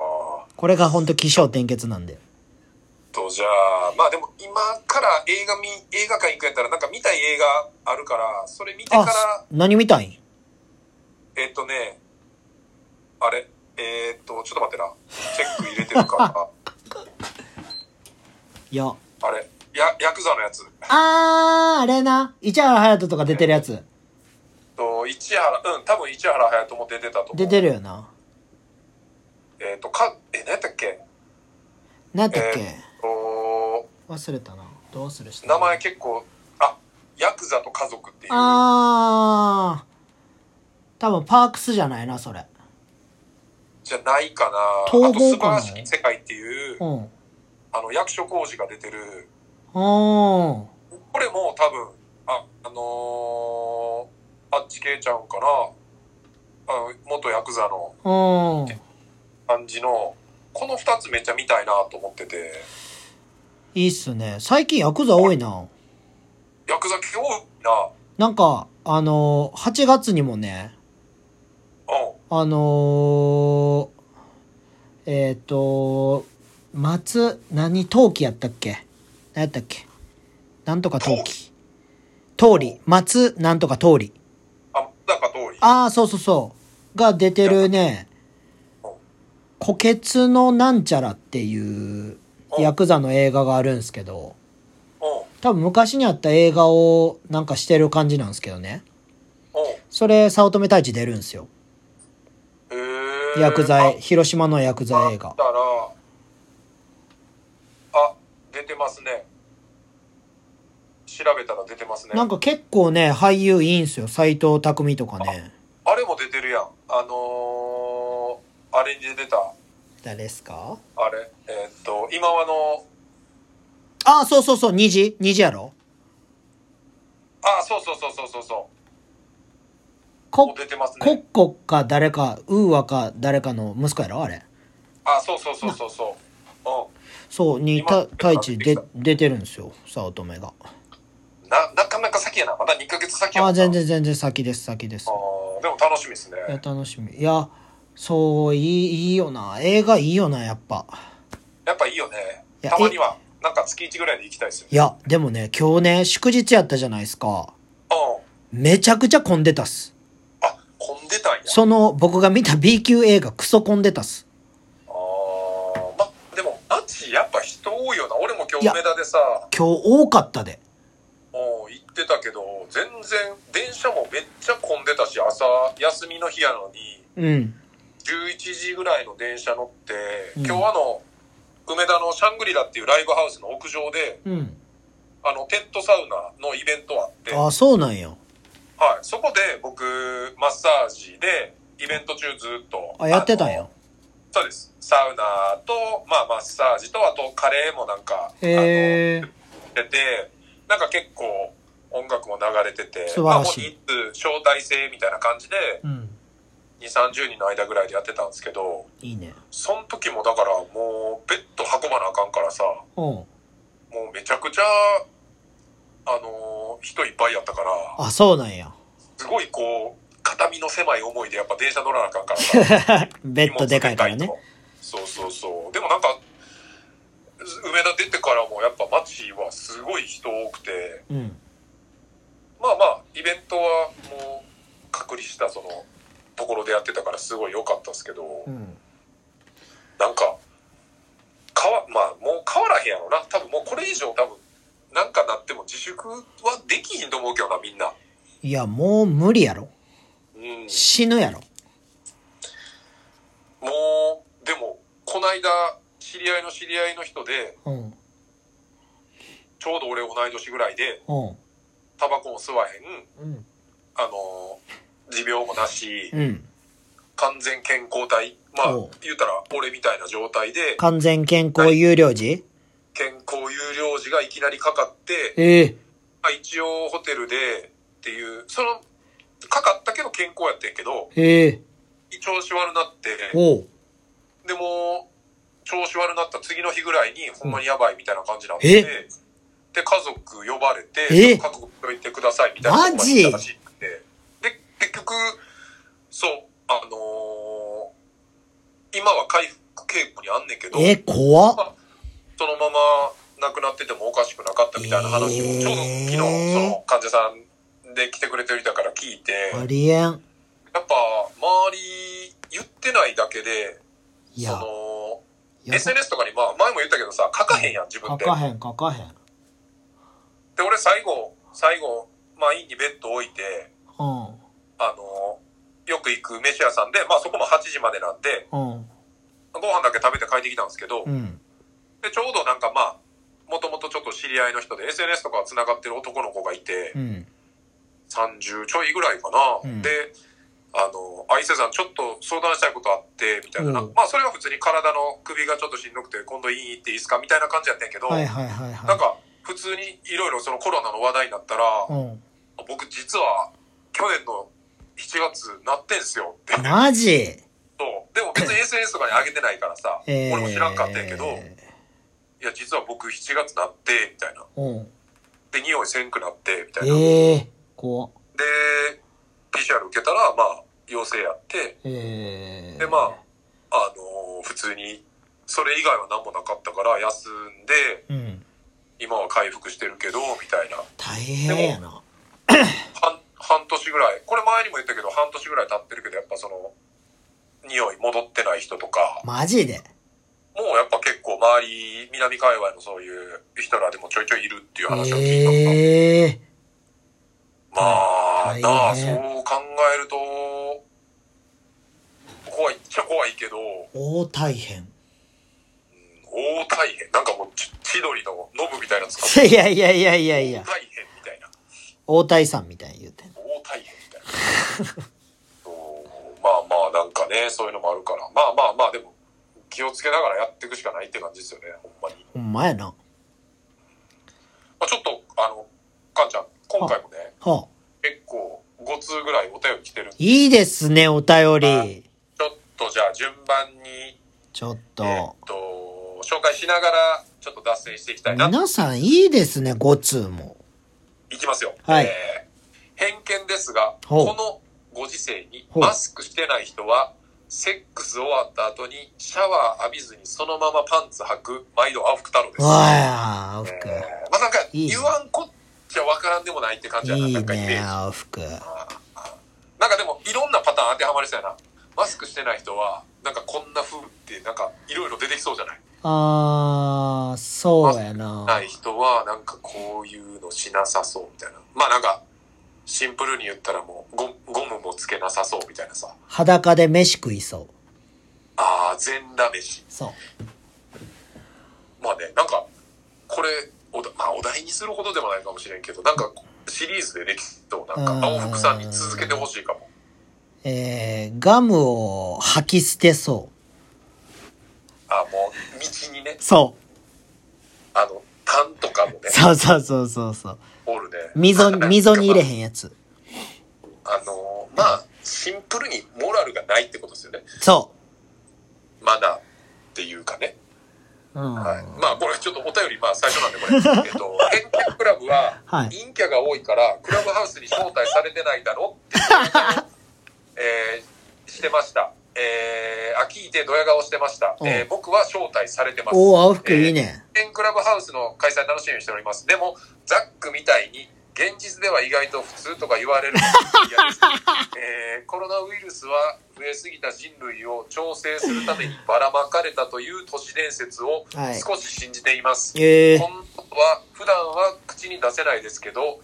Speaker 2: あ。ああ。
Speaker 1: これがほんと気象転結なんで。
Speaker 2: と、じゃあ、まあでも今から映画見、映画館行くやったらなんか見たい映画あるから、それ見てか
Speaker 1: あ、
Speaker 2: ら
Speaker 1: す、何見たいん
Speaker 2: えっとね、あれ、えーっと、ちょっと待ってな。チェック入れてる から。
Speaker 1: いや。
Speaker 2: あれ、や、ヤクザのやつ。
Speaker 1: あー、あれな。市原隼人とか出てるやつ。
Speaker 2: と、市原、うん、多分市原隼人も出てたと思う。
Speaker 1: 出てるよな。
Speaker 2: えーっと、か、え、何やったっけ
Speaker 1: 何やったっけ、
Speaker 2: えー、と、
Speaker 1: 忘れたな。どうするした
Speaker 2: 名前結構、あ、ヤクザと家族っていう。
Speaker 1: あー。多分パークスじゃないな、それ。
Speaker 2: じゃないかな。
Speaker 1: 逃
Speaker 2: あと、素
Speaker 1: 亡
Speaker 2: 晴
Speaker 1: かな
Speaker 2: らしい世界っていう
Speaker 1: う、ん。
Speaker 2: あの、役所広司が出てる、
Speaker 1: おー。
Speaker 2: これも多分、あ、あのー、あっち系ちゃうんかな。あの元ヤクザの
Speaker 1: うん。
Speaker 2: 感じの、この二つめっちゃ見たいなと思ってて、
Speaker 1: いいっすね。最近ヤクザ多いな。
Speaker 2: ヤクザ系多いな。
Speaker 1: なんか、あのー、8月にもね、
Speaker 2: うん。
Speaker 1: あのー、えっ、と、松、何、陶器やったっけ何やったっけなんとか陶器。通り。松、なんとか通り。
Speaker 2: あ、なんか通り。
Speaker 1: ああ、そうそうそう。が出てるね、虎穴のなんちゃらっていう、ヤクザの映画があるんですけど、
Speaker 2: うん。
Speaker 1: 多分昔にあった映画をなんかしてる感じなんですけどね。
Speaker 2: うん。
Speaker 1: それ、早乙女太一出るんですよ。
Speaker 2: へー
Speaker 1: ヤクザ
Speaker 2: あ
Speaker 1: へ、広島のヤクザ映
Speaker 2: あっ
Speaker 1: 画。
Speaker 2: たら、あ、出てますね。調べたら出てますね。
Speaker 1: なんか結構ね、俳優いいんすよ。斎藤匠とかね。
Speaker 2: あれも出てるやん。あのー、あれに出てた、
Speaker 1: 誰ですか
Speaker 2: あれ、えーっと、今はの、
Speaker 1: あ、そうそうそう、虹虹やろ
Speaker 2: あ、そうそうそうそうそうそう。も
Speaker 1: こ
Speaker 2: う、出てます
Speaker 1: コッ
Speaker 2: ね。
Speaker 1: コか誰か、ウーアか誰かの息子やろあれ。
Speaker 2: あ、そうそうそうそうそう。
Speaker 1: そう、に、
Speaker 2: 今
Speaker 1: た、太一で、出てるんですよ。早乙女が。
Speaker 2: うん。な、なかなか先やな。まだ2ヶ月先やも
Speaker 1: あ、
Speaker 2: んな
Speaker 1: 全。然全然先です、先です
Speaker 2: あ。ーでも楽しみですね。
Speaker 1: いや、楽しみ。いや、そう、いい、いいよな。映画いいよな、やっぱ。
Speaker 2: やっぱいいよね。
Speaker 1: いや
Speaker 2: たまには、なんか月1ぐらいで行きたいですよね。
Speaker 1: いや、でもね、今日ね、祝日やったじゃないですか。
Speaker 2: うん。
Speaker 1: めちゃくちゃ混んでたっす。
Speaker 2: あ、混んでたんや。
Speaker 1: その、僕が見た B 級映画、クソ混んでたっす。
Speaker 2: あーまあでもナチやっぱ人多いよな俺も今
Speaker 1: い
Speaker 2: 日
Speaker 1: や
Speaker 2: 梅田でさ
Speaker 1: 今日多かったで。
Speaker 2: もう行ってたけど全然電車もめっちゃ混んでたし朝休みの日やのに
Speaker 1: うん。
Speaker 2: 11時ぐらいの電車乗って、
Speaker 1: うん
Speaker 2: 今日あの梅田のシャングリラっていうライブハウスの屋上で
Speaker 1: うん。
Speaker 2: あのテントサウナのイベントあって、はい、
Speaker 1: あ、そうなんや。
Speaker 2: そこで僕マッサージでイベント中ずっと
Speaker 1: あ、やってたん
Speaker 2: あ
Speaker 1: や
Speaker 2: の。そうですサウナと、まあ、マッサージとあとカレーもなんかあの
Speaker 1: へえ。
Speaker 2: ってて、なんか結構音楽も流れてて、
Speaker 1: 素晴らしい
Speaker 2: まあ、もう人数、招待制みたいな感じで、
Speaker 1: うん。
Speaker 2: 2、30人の間ぐらいでやってたんですけど、
Speaker 1: いいね。
Speaker 2: その時もだからもうベッド運ばなあかんからさ、も
Speaker 1: うん。
Speaker 2: うめちゃくちゃ、あのー人いっぱいやったから、
Speaker 1: あ、そうなんや。
Speaker 2: すごいこう、肩身の狭い思いでやっぱ電車乗らなあかんからさ、
Speaker 1: ベッドでかいから
Speaker 2: 荷
Speaker 1: ね
Speaker 2: 物。でかいと。そうそうそう。でもなんか、梅田出てからもやっぱ街はすごい人多くて、
Speaker 1: うん。
Speaker 2: まあまあイベントはもう隔離したそのところでやってたからすごい良かったですけど、
Speaker 1: うん。
Speaker 2: なんか変わまあもう変わらへんやろな多分もうこれ以上多分なんかなっても自粛はできひんと思うけどなみんな、
Speaker 1: いや、もう無理やろ。
Speaker 2: うん、
Speaker 1: 死ぬやろ。
Speaker 2: もうでもこないだ知り合いの知り合いの人で
Speaker 1: うん。
Speaker 2: ちょうど俺同い年ぐらいで
Speaker 1: うん。
Speaker 2: タバコも吸わへん
Speaker 1: うん。
Speaker 2: あの持病もなし
Speaker 1: うん。
Speaker 2: 完全健康体まあ
Speaker 1: おう
Speaker 2: 言うたら俺みたいな状態で
Speaker 1: 完全健康有料児
Speaker 2: 健康有料児がいきなりかかって、
Speaker 1: ええ。
Speaker 2: まあ、一応ホテルでっていう、その、かかったけど健康やってんけど、
Speaker 1: ええ。
Speaker 2: 調子悪なって、
Speaker 1: おう。
Speaker 2: でも、調子悪なった次の日ぐらいに、ほんまにやばいみたいな感じになって、
Speaker 1: え
Speaker 2: で、家族呼ばれ
Speaker 1: え
Speaker 2: て、家族行ってくださいみたいな
Speaker 1: マジ
Speaker 2: とこまで行ったらしくてで、結局、そう、あのー今は回復傾向にあんねんけど、
Speaker 1: え、怖っ。
Speaker 2: そのまま亡くなっててもおかしくなかったみたいな話
Speaker 1: えー
Speaker 2: を、ちょうど昨日、その患者さんで来てくれてる人から聞いて、
Speaker 1: ありえん。
Speaker 2: やっぱ、周り、言ってないだけで、
Speaker 1: い
Speaker 2: そ
Speaker 1: や、
Speaker 2: の、
Speaker 1: やば
Speaker 2: SNS とかに、まあ、前も言ったけどさ、書かへんやん、自分
Speaker 1: 書
Speaker 2: で。
Speaker 1: かへん、書かへん。
Speaker 2: で、俺最後、最後、まあ、院にベッド置いて、
Speaker 1: う
Speaker 2: あの、よく行く飯屋さんで、まあ、そこも8時までなんで、
Speaker 1: ん、うん、
Speaker 2: ご飯だけ食べて帰ってきたんですけど
Speaker 1: う、ん。
Speaker 2: で、ちょうどなんかまあ、もともとちょっと知り合いの人で SNS とか繋がってる男の子がいて
Speaker 1: う、ん。
Speaker 2: 30ちょいぐらいか
Speaker 1: う
Speaker 2: な。
Speaker 1: ん
Speaker 2: で、あの、あ伊勢さんちょっと相談したいことあって、みたいな。
Speaker 1: うん
Speaker 2: まあ、それは普通に体の首がちょっとしんどくて、今度院行っていいですかみたいな感じやったんやけど、
Speaker 1: はいはいはいはい。
Speaker 2: なんか、普通にいろいろそのコロナの話題になったら、
Speaker 1: うん。
Speaker 2: 僕実は去年の7月なってんすよって。
Speaker 1: マジ
Speaker 2: そう。でも別 に SNS とかに上げてないからさ、
Speaker 1: えー
Speaker 2: 俺も知らんかったんやけど、いや実は僕7月なって、みたいな。
Speaker 1: うん。
Speaker 2: で、匂いせんくなって、みたいな。で、
Speaker 1: ええー、怖っ。
Speaker 2: PCR 受けたら、まあ、陽性やって、
Speaker 1: ええー。
Speaker 2: でまああのー普通に、それ以外は何もなかったから休ん
Speaker 1: う
Speaker 2: で、
Speaker 1: ん。
Speaker 2: 今は回復してるけど、みたいな。
Speaker 1: 大変やな。
Speaker 2: 半半年ぐらいこれ前にも言ったけど半年ぐらい経ってるけどやっぱその匂い戻ってない人とか
Speaker 1: マジで
Speaker 2: もうやっぱ結構周り南界隈のそういう人らでもちょいちょいいるっていう話は聞いたこと
Speaker 1: ええ大
Speaker 2: あるまあ、
Speaker 1: 変
Speaker 2: なあそう考えると怖いっちゃ怖いけど、
Speaker 1: ー、大大変。
Speaker 2: うん、大大変なんかもうち千鳥のノブみたいなの使って
Speaker 1: いやいやいやいやい
Speaker 2: 大
Speaker 1: や。
Speaker 2: 変みたいな
Speaker 1: 大体さんみたいに言うてん。
Speaker 2: 大大変みたいな そうまあまあなんかねそういうのもあるからまあまあまあでも気をつけながらやっていくしかないって感じですよねほんまに、
Speaker 1: ほんまやな。
Speaker 2: まあ、ちょっとあのかんちゃん今回もね
Speaker 1: はあ、
Speaker 2: 結構5通ぐらいお便り来てるんで
Speaker 1: いいですね、お便り。
Speaker 2: ちょっとじゃあ順番に
Speaker 1: ちょっ
Speaker 2: えーっ
Speaker 1: と。
Speaker 2: と紹介しながらちょっと脱線していきたいな
Speaker 1: 皆さんいいですね、ご通も。
Speaker 2: いきますよ、
Speaker 1: はい
Speaker 2: えー偏見ですが
Speaker 1: ほう
Speaker 2: このご時世に
Speaker 1: ほう
Speaker 2: マスクしてない人はセックス終わった後にシャワー浴びずにそのままパンツ履く毎度青福太郎です、
Speaker 1: わあ、青
Speaker 2: え
Speaker 1: 服。
Speaker 2: ーまあなんか
Speaker 1: いいね
Speaker 2: 言わんこっちゃわからんでもないって感じやないないんかイメージ
Speaker 1: ね、青服。
Speaker 2: なんかでもいろんなパターン当てはまりそうやなマスクしてない人はなんかこんな風ってなんかいろいろ出てきそうじゃない
Speaker 1: あー、そうや
Speaker 2: な
Speaker 1: な。
Speaker 2: い人はなんかこういうのしなさそうみたいなまあなんかシンプルに言ったらもうゴムゴムもつけなさそうみたいなさ
Speaker 1: 裸で飯食いそう。
Speaker 2: ああ全裸飯
Speaker 1: そう。
Speaker 2: まあねなんかこれお,、まあ、お題にするほどでもないかもしれんけどなんかシリーズでできそうなん
Speaker 1: うん
Speaker 2: か青福さんに続けてほしいかも
Speaker 1: えー、ガムを吐き捨てそ
Speaker 2: あーもう道にね
Speaker 1: う。そ
Speaker 2: あの痰とかもね
Speaker 1: う。そうそうそうそうそう。
Speaker 2: おるね
Speaker 1: 溝に、溝に入れへ
Speaker 2: ん
Speaker 1: んやつ。
Speaker 2: あのーまあシンプルにモラルがないってことですよね
Speaker 1: そ
Speaker 2: マナーっていうかね
Speaker 1: う。うん。
Speaker 2: はい、まあこれちょっとお便りまあ最初なん でこれえっと偏見クラブは
Speaker 1: はい
Speaker 2: 陰キャが多いからクラブハウスに招待されてないだろっ ていうえーしてましたえー、あ聞いてドヤ顔してました、え
Speaker 1: うん
Speaker 2: ー、僕は招待されてます
Speaker 1: おー、青服いい
Speaker 2: えー
Speaker 1: ね。
Speaker 2: 偏見クラブハウスの開催楽しみにしておりますでもザックみたいに現実では意外と普通とか言われるのが嫌 です、えーコロナウイルスは増えすぎた人類を調整するためにばらまかれたという都市伝説を
Speaker 1: はい
Speaker 2: 少し信じています、
Speaker 1: えー、
Speaker 2: 本当は普段は口に出せないですけど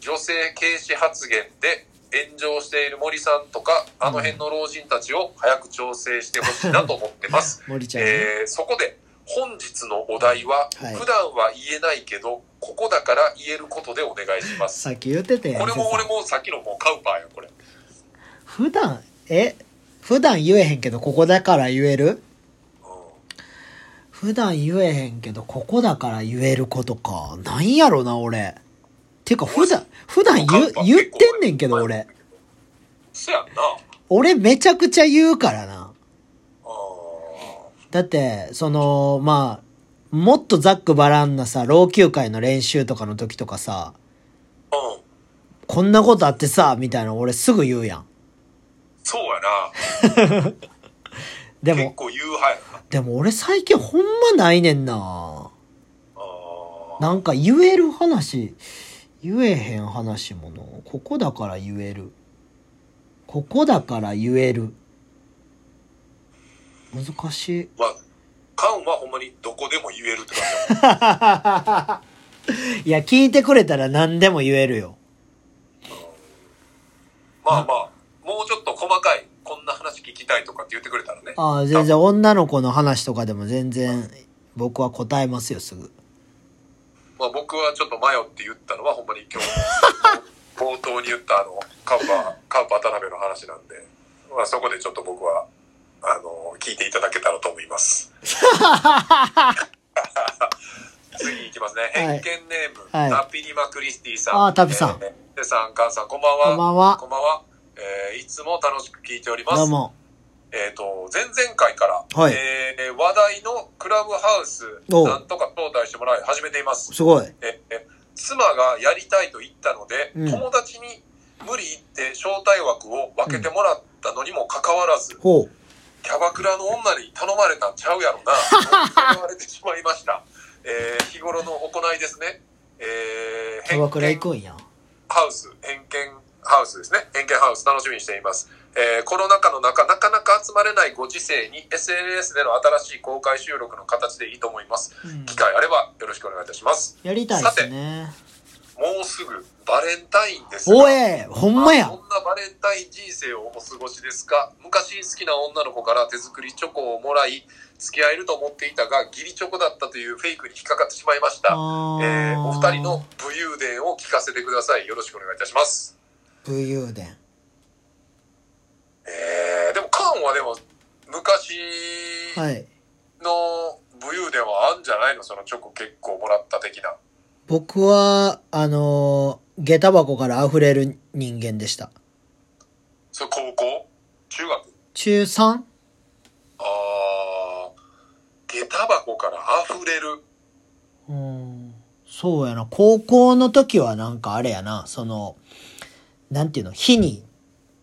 Speaker 2: 女性軽視発言で炎上している森さんとかあの辺の老人たちを早く調整してほしいなと思ってます
Speaker 1: 森ちゃんね。
Speaker 2: えーそこで本日のお題は、
Speaker 1: はい
Speaker 2: 普段は言えないけどここだから言えることでお願いします
Speaker 1: さっき言ってたやん。
Speaker 2: これも
Speaker 1: 先生
Speaker 2: 俺もさっきのもうカウパーやこれ
Speaker 1: 普段、え普段言えへんけど、ここだから言える
Speaker 2: う
Speaker 1: 普段言えへんけど、ここだから言えることか。なんやろな、俺。てか、普段、普段言
Speaker 2: ん
Speaker 1: う
Speaker 2: カウパー
Speaker 1: 言っ
Speaker 2: 結構
Speaker 1: てんねんけど、俺。
Speaker 2: そやんな
Speaker 1: 俺めちゃくちゃ言うからな。
Speaker 2: あー
Speaker 1: だって、その、まあ、もっとざっくばらんなさ、老朽会の練習とかの時とかさ、
Speaker 2: うん。
Speaker 1: こんなことあってさ、みたいな俺すぐ言うやん。
Speaker 2: そうやな。
Speaker 1: で
Speaker 2: 結
Speaker 1: も、
Speaker 2: 構言う派やな。
Speaker 1: でも俺最近ほんまないねんな。
Speaker 2: あー
Speaker 1: なんか言える話、言えへん話もの。ここだから言える。ここだから言える。難しい。
Speaker 2: まあ、カンはほんまにどこでも言えるって感じ。
Speaker 1: いや、聞いてくれたら何でも言えるよ。
Speaker 2: まあまあ、もうちょっと細かい、こんな話聞きたいとかって言ってくれたらね。
Speaker 1: ああ、全然女の子の話とかでも全然僕は答えますよ、すぐ。
Speaker 2: まあ僕はちょっと迷って言ったのはほんまに 今日、冒頭に言ったあの、カンパ、カンパ田辺の話なんで、まあそこでちょっと僕は、あの、聞いていただけたらと思 います。次いきますね。
Speaker 1: は
Speaker 2: 偏
Speaker 1: い
Speaker 2: 見ネーム、
Speaker 1: はい
Speaker 2: タピリマクリスティさん。
Speaker 1: あータピさん
Speaker 2: えーテさん、カンさん、こんばんは。
Speaker 1: こんばんは。
Speaker 2: こんばんは。えーいつも楽しく聞いております。
Speaker 1: どうも。
Speaker 2: えっ、と、前々回から、
Speaker 1: はい
Speaker 2: えー話題のクラブハウス、
Speaker 1: おう
Speaker 2: なんとか招待してもらい始めています。
Speaker 1: すごい。
Speaker 2: ええ妻がやりたいと言ったので、
Speaker 1: うん
Speaker 2: 友達に無理言って招待枠を分けてもらったのにもかかわらず、
Speaker 1: ほう。
Speaker 2: キャバクラの女に頼まれたんちゃうやろな、 と言われてしまいました。えー日頃の行いですね。えー、
Speaker 1: キャバクラ行く
Speaker 2: 偏見
Speaker 1: んや。
Speaker 2: ハウス、偏見ハウスですね。偏見ハウス楽しみにしています。えーコロナ禍の中、なかなか集まれないご時世に SNS での新しい公開収録の形でいいと思います。
Speaker 1: うん
Speaker 2: 機会あればよろしくお願いいたします。
Speaker 1: やりたいですね。
Speaker 2: もうすぐバレンタインですが
Speaker 1: おえほんまや
Speaker 2: どんなバレンタイン人生をお過ごしですか昔好きな女の子から手作りチョコをもらい、付き合えると思っていたが、義理チョコだったというフェイクに引っかかってしまいました。
Speaker 1: あー
Speaker 2: えーお二人の武勇伝を聞かせてください。よろしくお願いいたします。
Speaker 1: 武勇伝。
Speaker 2: えー、でもカンはでも、昔
Speaker 1: はい。
Speaker 2: の武勇伝はあんじゃないのそのチョコ結構もらった的な。
Speaker 1: 僕は、あのー、下駄箱から溢れる人間でした。
Speaker 2: それ高校中学
Speaker 1: 中 3?
Speaker 2: あー、下駄箱から溢れる。
Speaker 1: うん。そうやな。高校の時はなんかあれやな、その、なんていうの、日に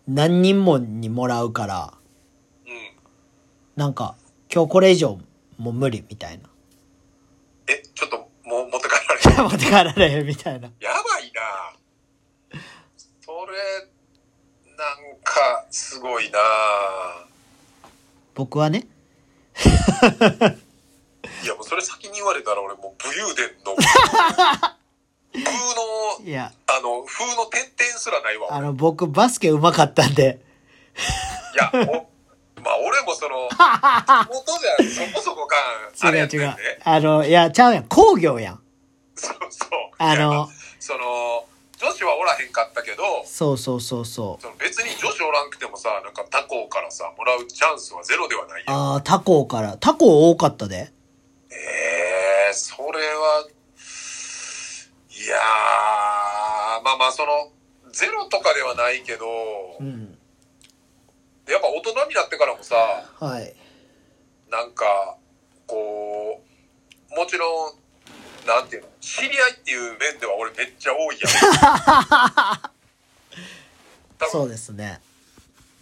Speaker 1: 何人もにもらうから、
Speaker 2: うん。
Speaker 1: なんか、今日これ以上もう無理みたいな。
Speaker 2: え、ちょっと、もう、持って帰 られる。
Speaker 1: 持って帰られへんみたいな。
Speaker 2: やばいなそれ、なんか、すごいな
Speaker 1: 僕はね。
Speaker 2: いや、もうそれ先に言われたら俺もう武勇伝 の、風の、
Speaker 1: いや、
Speaker 2: あの、風の点々すらないわ。
Speaker 1: あ
Speaker 2: 俺
Speaker 1: の、僕バスケ上手かったんで。
Speaker 2: いや、おまあ俺もその、元じゃそこそこ感、
Speaker 1: 違
Speaker 2: あ
Speaker 1: う
Speaker 2: れやってん
Speaker 1: 違う
Speaker 2: で。。
Speaker 1: あの、いや、ちゃうやん。工業やん。
Speaker 2: そうそう。
Speaker 1: あ
Speaker 2: いや
Speaker 1: の、
Speaker 2: その、女子はおらへんかったけど、
Speaker 1: そうそうそうそう。
Speaker 2: その別に女子おらんくてもさ、なんか他校からさ、もらうチャンスはゼロではないやん
Speaker 1: ああ、他校から。他校多かったで。
Speaker 2: ええそれは、いやー、まあまあ、その、ゼロとかではないけど、
Speaker 1: ん。
Speaker 2: やっぱ大人になってからもさ、
Speaker 1: はい。
Speaker 2: なんか、こう、もちろん、なんていうの、知り合いっていう面では俺めっちゃ多いやん。 多分
Speaker 1: そうですね。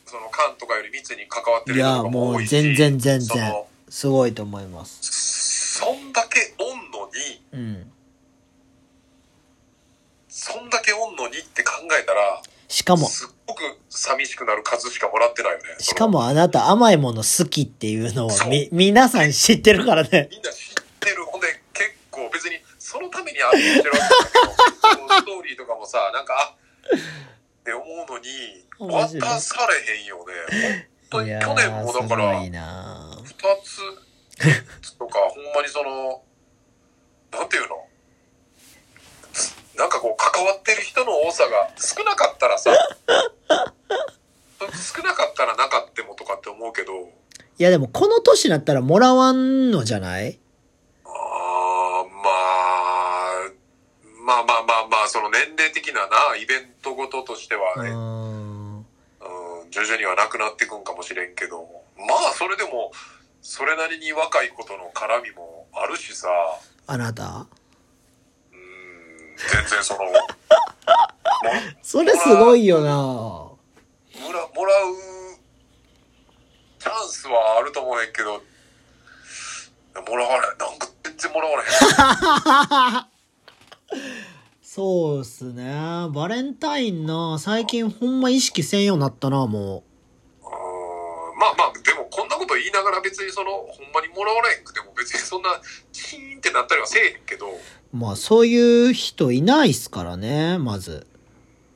Speaker 2: その、缶とかより密に関わって
Speaker 1: い
Speaker 2: る人
Speaker 1: や、
Speaker 2: とかも
Speaker 1: も
Speaker 2: 多
Speaker 1: う
Speaker 2: いし。
Speaker 1: 全然全
Speaker 2: そ
Speaker 1: 然
Speaker 2: の。
Speaker 1: すごいと思います。
Speaker 2: そんだけおんのに、
Speaker 1: うん。
Speaker 2: そんだけおんのにって考えたら、
Speaker 1: しかも、
Speaker 2: すっごく寂しくなる数しかもらってないよね。
Speaker 1: しかもあなた甘いもの好きっていうのをみ、皆さん知ってるからね
Speaker 2: その。みんな知ってる。ほんで、結構別に、そのためにあれしてるわけだけど、そのストーリーとかもさ、なんか、あって思うのに、
Speaker 1: 面白い
Speaker 2: 渡されへんよね。本当
Speaker 1: い
Speaker 2: に
Speaker 1: や
Speaker 2: 去年も
Speaker 1: ー、
Speaker 2: だ
Speaker 1: す
Speaker 2: か
Speaker 1: ごい
Speaker 2: ら、二
Speaker 1: なー
Speaker 2: つとか、ほんまにその、なんていうのなんかこう、関わってる人の多さが少なかったらさ、 少なかったらなかってもとかって思うけど、
Speaker 1: いや、でもこの年になったらもらわんのじゃない
Speaker 2: あーまあ、まあまあまあまあ、その年齢的なな、イベントごととして
Speaker 1: う
Speaker 2: はね、
Speaker 1: ーん。
Speaker 2: うん、徐々にはなくなっていくんかもしれんけど、まあそれでも、それなりに若い子との絡みもあるしさ、
Speaker 1: あなた。
Speaker 2: うーん、全然その、も
Speaker 1: それすごいよな
Speaker 2: もらもらうチャンスはあると思うんやけど、もらわれ、なんか全然もらわれへん。
Speaker 1: そうっすね。バレンタインな最近ほんま意識せんようになったなも
Speaker 2: うーんまあまあ、でもこんなこと言いながら別にその、ほんまにもらわれへんくても別にそんな、チーンってなったりはせえへんけど、
Speaker 1: う。まあそういう人いないっすからね、まず。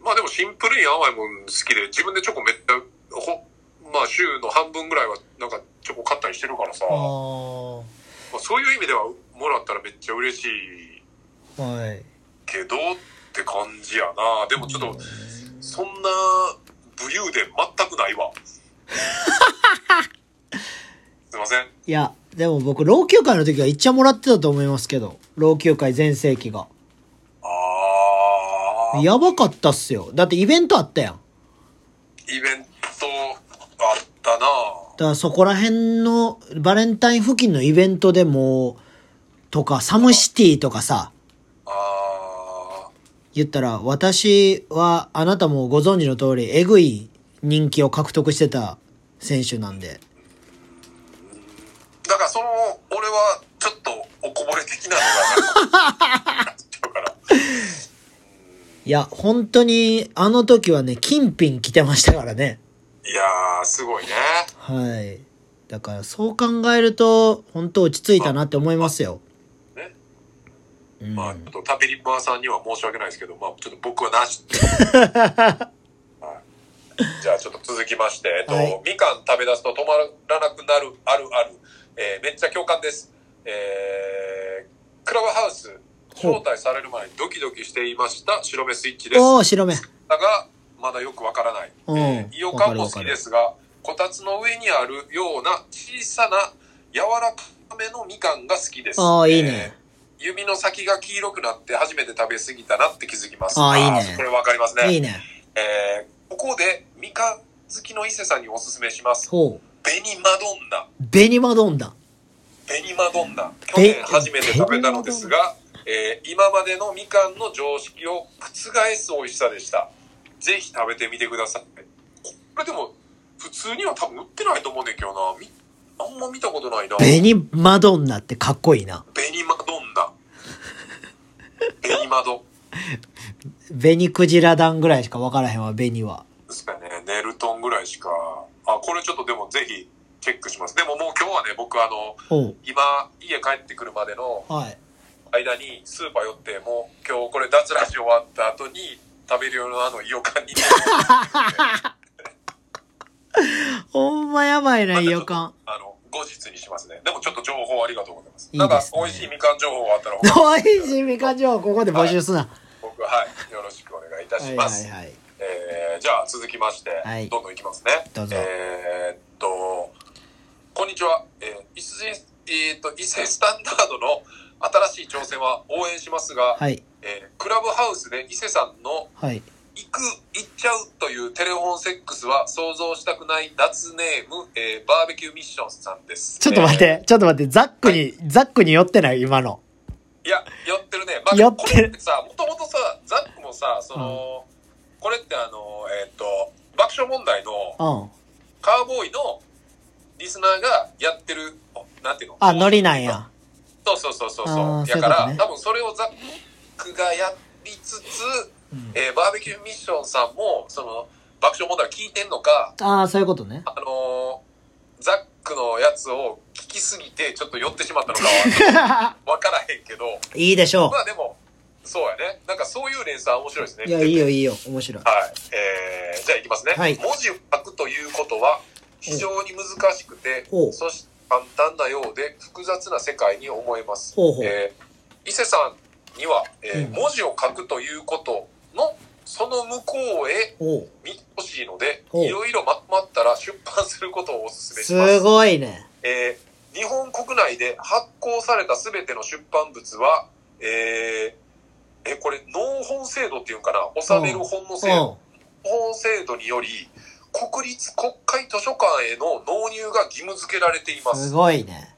Speaker 2: まあでもシンプルに甘いもん好きで、自分でチョコめっちゃ、ほまあ週の半分ぐらいはなんかチョコ買ったりしてるからさ、
Speaker 1: あ
Speaker 2: ま
Speaker 1: あ。は
Speaker 2: あ、そういう意味ではもらったらめっちゃ嬉しい
Speaker 1: い。
Speaker 2: けどって感じやな。でもちょっと、そんな武勇伝全くないわ。すいません。
Speaker 1: いや、でも僕、老朽会の時は一っちゃもらってたと思いますけど。老朽会全盛期が。
Speaker 2: あー
Speaker 1: やばかったっすよ。だってイベントあったやん。
Speaker 2: イベントあった
Speaker 1: だ
Speaker 2: な
Speaker 1: からそこら辺のバレンタイン付近のイベントでもとかサムシティとかさ
Speaker 2: あ
Speaker 1: 言ったら私はあなたもご存知の通りえぐい人気を獲得してた選手なんで
Speaker 2: ーだからその俺はちょっとおこぼれ的なのがなちゃうから
Speaker 1: いや本当にあの時はね金品着てましたからね
Speaker 2: いやーすごいね
Speaker 1: はいだからそう考えると本当落ち着いたなって思いますよ
Speaker 2: ね、
Speaker 1: うん、
Speaker 2: まあちょっと旅リッパーさんには申し訳ないですけどまあちょっと僕は なし、はい、じゃあちょっと続きまして、えっと
Speaker 1: はい
Speaker 2: みかん食べ出すと止まらなくなるあるある、えーめっちゃ共感ですえークラブハウス
Speaker 1: ほう
Speaker 2: 招待される前にドキドキしていました白目スイッチです
Speaker 1: おお白目
Speaker 2: だがまだよくわからない、
Speaker 1: うん
Speaker 2: えーイオカンも好きですがこたつの上にあるような小さな柔らかめのみかんが好きです
Speaker 1: ああいいね、
Speaker 2: えー指の先が黄色くなって初めて食べ過ぎたなって気づきます
Speaker 1: ああいいね
Speaker 2: ーこれわかりますね
Speaker 1: いいね
Speaker 2: えーここでみかん好きの伊勢さんにおすすめします
Speaker 1: ほう
Speaker 2: ベニマドンナ
Speaker 1: ベニマドンダ
Speaker 2: ベニマドンナ去
Speaker 1: ベ
Speaker 2: 年初めて食べたのですが、えー今までのみかんの常識を覆す美味しさでしたぜひ食べてみてくださいこれでも普通には多分売ってないと思うねんけどなみあんま見たことないな
Speaker 1: ベニマドンナってかっこいいな。
Speaker 2: ベニマドンナベニマド
Speaker 1: ベニクジラ団ぐらいしか分からへんわ、ベニは。
Speaker 2: ですかねネルトンぐらいしかあこれちょっとでもぜひチェックしますでももう今日はね僕あの
Speaker 1: おう。
Speaker 2: 今家帰ってくるまでの
Speaker 1: はい。
Speaker 2: 間にスーパー寄ってもう今日これ脱ラジオ終わった後に食べるようなあの予感 に
Speaker 1: ほんまやばいな、予感。
Speaker 2: あの後日にしますねでもちょっと情報ありがとうございます
Speaker 1: いいですね
Speaker 2: なんか美味しいみかん情報 あったら
Speaker 1: おいしいみかん情報ここで募集すな。
Speaker 2: 僕はいよろしくお願いいた
Speaker 1: は
Speaker 2: し
Speaker 1: い
Speaker 2: ま
Speaker 1: はい
Speaker 2: す
Speaker 1: はい。
Speaker 2: えーじゃあ続きまして、
Speaker 1: はい
Speaker 2: どんどんいきますね
Speaker 1: どうぞ
Speaker 2: えーっとこんにちは、えー、伊勢えーっと伊勢スタンダードの新しい挑戦は応援しますが、
Speaker 1: はい。
Speaker 2: えークラブハウスで伊勢さんの
Speaker 1: はい。
Speaker 2: 行く、行っちゃうというテレフォンセックスは想像したくない脱ネーム、えーバーベキューミッションさんです。
Speaker 1: ちょっと待っ
Speaker 2: え
Speaker 1: て、ちょっと待って、ザックに、ザックに寄ってない、今の。
Speaker 2: ー。いや、寄ってるね。まあ、
Speaker 1: 寄ってる
Speaker 2: これってさ、もともとさ、ザックもさ、その、これってあの、えっ、と、爆笑問題の
Speaker 1: うん。
Speaker 2: カーボーイのリスナーがやってる、おなんていうの
Speaker 1: あ、ノリなんや。
Speaker 2: そうそうそうそう
Speaker 1: あ
Speaker 2: そ
Speaker 1: ー
Speaker 2: う。だから、
Speaker 1: そういうことね
Speaker 2: 多分それをザックがやりつつ、
Speaker 1: うん
Speaker 2: えーバーベキューミッションさんも、その、爆笑問題を聞いてんのか、
Speaker 1: ああ、そういうこと ね。
Speaker 2: あのーザックのやつを聞きすぎて、ちょっと寄ってしまったのか はわからへんけど、
Speaker 1: いいでしょ
Speaker 2: まあでも、そうやね。なんかそういう連鎖面白いですね。
Speaker 1: う。いや、いいよ、いいよ。面白い。
Speaker 2: はい。えー、じゃあいきますね。
Speaker 1: はい
Speaker 2: 文字を書くということは、非常に難しくて
Speaker 1: おう、
Speaker 2: そして簡単なようで、複雑な世界に思えます。
Speaker 1: ほうほう。
Speaker 2: えー伊勢さんには、えー
Speaker 1: うん
Speaker 2: 文字を書くということの、その向こうへ
Speaker 1: おう。
Speaker 2: 見てほしいので、
Speaker 1: ほう
Speaker 2: いろいろまとまったら出版することをお勧めし
Speaker 1: す
Speaker 2: ます。
Speaker 1: ごいね。
Speaker 2: えー日本国内で発行されたすべての出版物は、えーえ、これ、納本制度っていうんかな納める本の
Speaker 1: う
Speaker 2: 制
Speaker 1: ん。
Speaker 2: 度。本制度により、国立国会図書館への納入が義務付けられていますす。
Speaker 1: ごいね。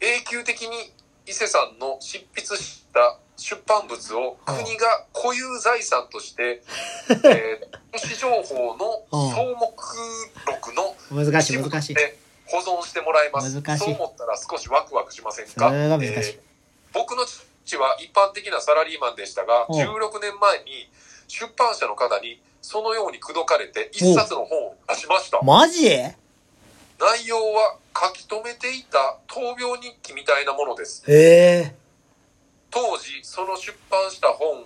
Speaker 2: 永久的に伊勢さんの執筆した出版物を国が固有財産と して、えー、都市情報の総目録の
Speaker 1: 難しい
Speaker 2: 一部
Speaker 1: 難
Speaker 2: と
Speaker 1: し
Speaker 2: し
Speaker 1: い。
Speaker 2: て保存してもらいます。
Speaker 1: 難しい
Speaker 2: そう思ったら少しワクワクしません
Speaker 1: そ
Speaker 2: か
Speaker 1: れが難しい。
Speaker 2: 僕の父は一般的なサラリーマンでしたが、
Speaker 1: うん
Speaker 2: 16年前に出版社の方にそのように口説かれて一冊の本を出しました。
Speaker 1: マジへ
Speaker 2: 内容は書き留めていた闘病日記みたいなものです。
Speaker 1: え。
Speaker 2: 当時その出版した本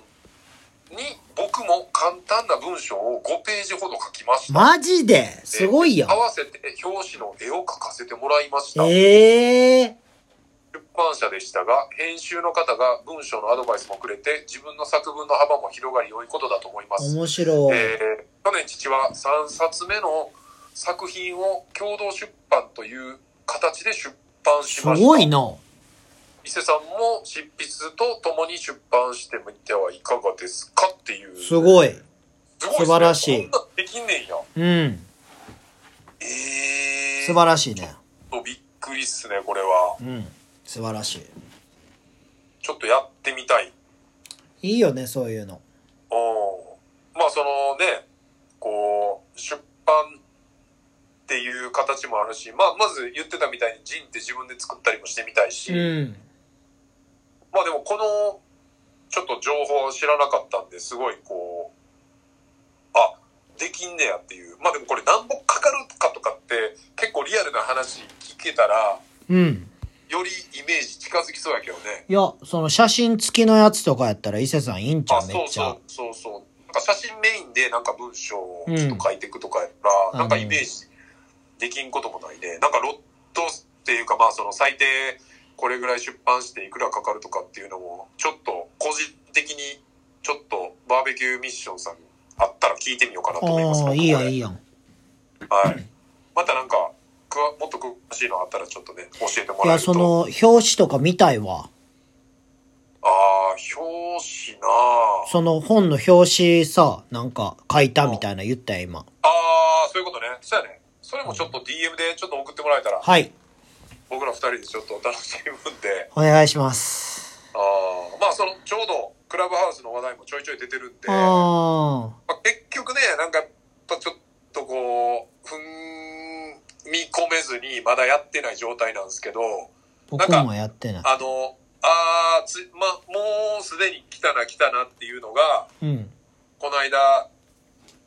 Speaker 2: に僕も簡単な文章を5ページほど書きました。
Speaker 1: マジですごいよ
Speaker 2: 合。わせて表紙の絵を描かせてもらいました。
Speaker 1: ええ。
Speaker 2: 出版社でしたが、編集の方が文章のアドバイスもくれて、自分の作文の幅も広がり良いことだと思います。
Speaker 1: 面白い。
Speaker 2: えー去年父は3冊目の作品を共同出版という形で出版し
Speaker 1: す
Speaker 2: ました。
Speaker 1: ごいな。
Speaker 2: 伊勢さんも執筆と共に出版してみてはいかがですかっていう。
Speaker 1: すごい。
Speaker 2: すごいっすね
Speaker 1: 素晴らしい
Speaker 2: こんなんできんねんや。
Speaker 1: うん。
Speaker 2: えー、
Speaker 1: 素晴らしいね。
Speaker 2: ちょっとびっくりっすね、これは。
Speaker 1: うん。素晴らし
Speaker 2: ちょっとやってみたい。
Speaker 1: い。いいよね、そういうの。
Speaker 2: うん。まあ、そのね、こう、出版っていう形もあるし、まあ、まず言ってたみたいに、ジンって自分で作ったりもしてみたいし、
Speaker 1: うん。
Speaker 2: まあでもこの、ちょっと情報を知らなかったんで、すごいこう、あ、できんねやっていう。まあでもこれ何本かかるかとかって、結構リアルな話聞けたら、
Speaker 1: うん。
Speaker 2: よりイメージ近づきそうやけどね。
Speaker 1: いや、その写真付きのやつとかやったら伊勢さんいいんちゃ
Speaker 2: あ、
Speaker 1: うめ
Speaker 2: そ
Speaker 1: っ
Speaker 2: う
Speaker 1: ち
Speaker 2: そ
Speaker 1: ゃ
Speaker 2: う。そうそう。なんか写真メインでなんか文章をちょっと書いていくとかやった
Speaker 1: うん
Speaker 2: ら、なんかイメージできんこともないね。なんかロットっていうかまあその最低これぐらい出版していくらかかるとかっていうのも、ちょっと個人的にちょっとバーベキューミッションさんあったら聞いてみようかなと思います。
Speaker 1: ああ、いいやんいい
Speaker 2: い。
Speaker 1: やん。
Speaker 2: はい。またなんか、くわもっと詳しいのあったらちょっとね、教えて
Speaker 1: い
Speaker 2: もらえ
Speaker 1: や、
Speaker 2: ると。
Speaker 1: その、表紙とか見たいわ。
Speaker 2: ああ、表紙なあ
Speaker 1: その本の表紙さ、なんか書いたみたいな言ったよ、今。
Speaker 2: あー、そういうことね。そうやね。それもちょっと DM でちょっと送ってもらえたら、
Speaker 1: はい。
Speaker 2: 僕ら二人でちょっと楽しむんで、
Speaker 1: お願いします。
Speaker 2: あーまあその、ちょうどクラブハウスの話題もちょいちょい出てるんで、ま
Speaker 1: あ
Speaker 2: あ、結局ね、なんかやっぱちょっとこう、踏み込めずにまだやってない状態なんですけど、
Speaker 1: あ、僕もやってない。
Speaker 2: あの、あーつ、まあ、もうすでに来たな来たなっていうのが、
Speaker 1: うん。
Speaker 2: この間、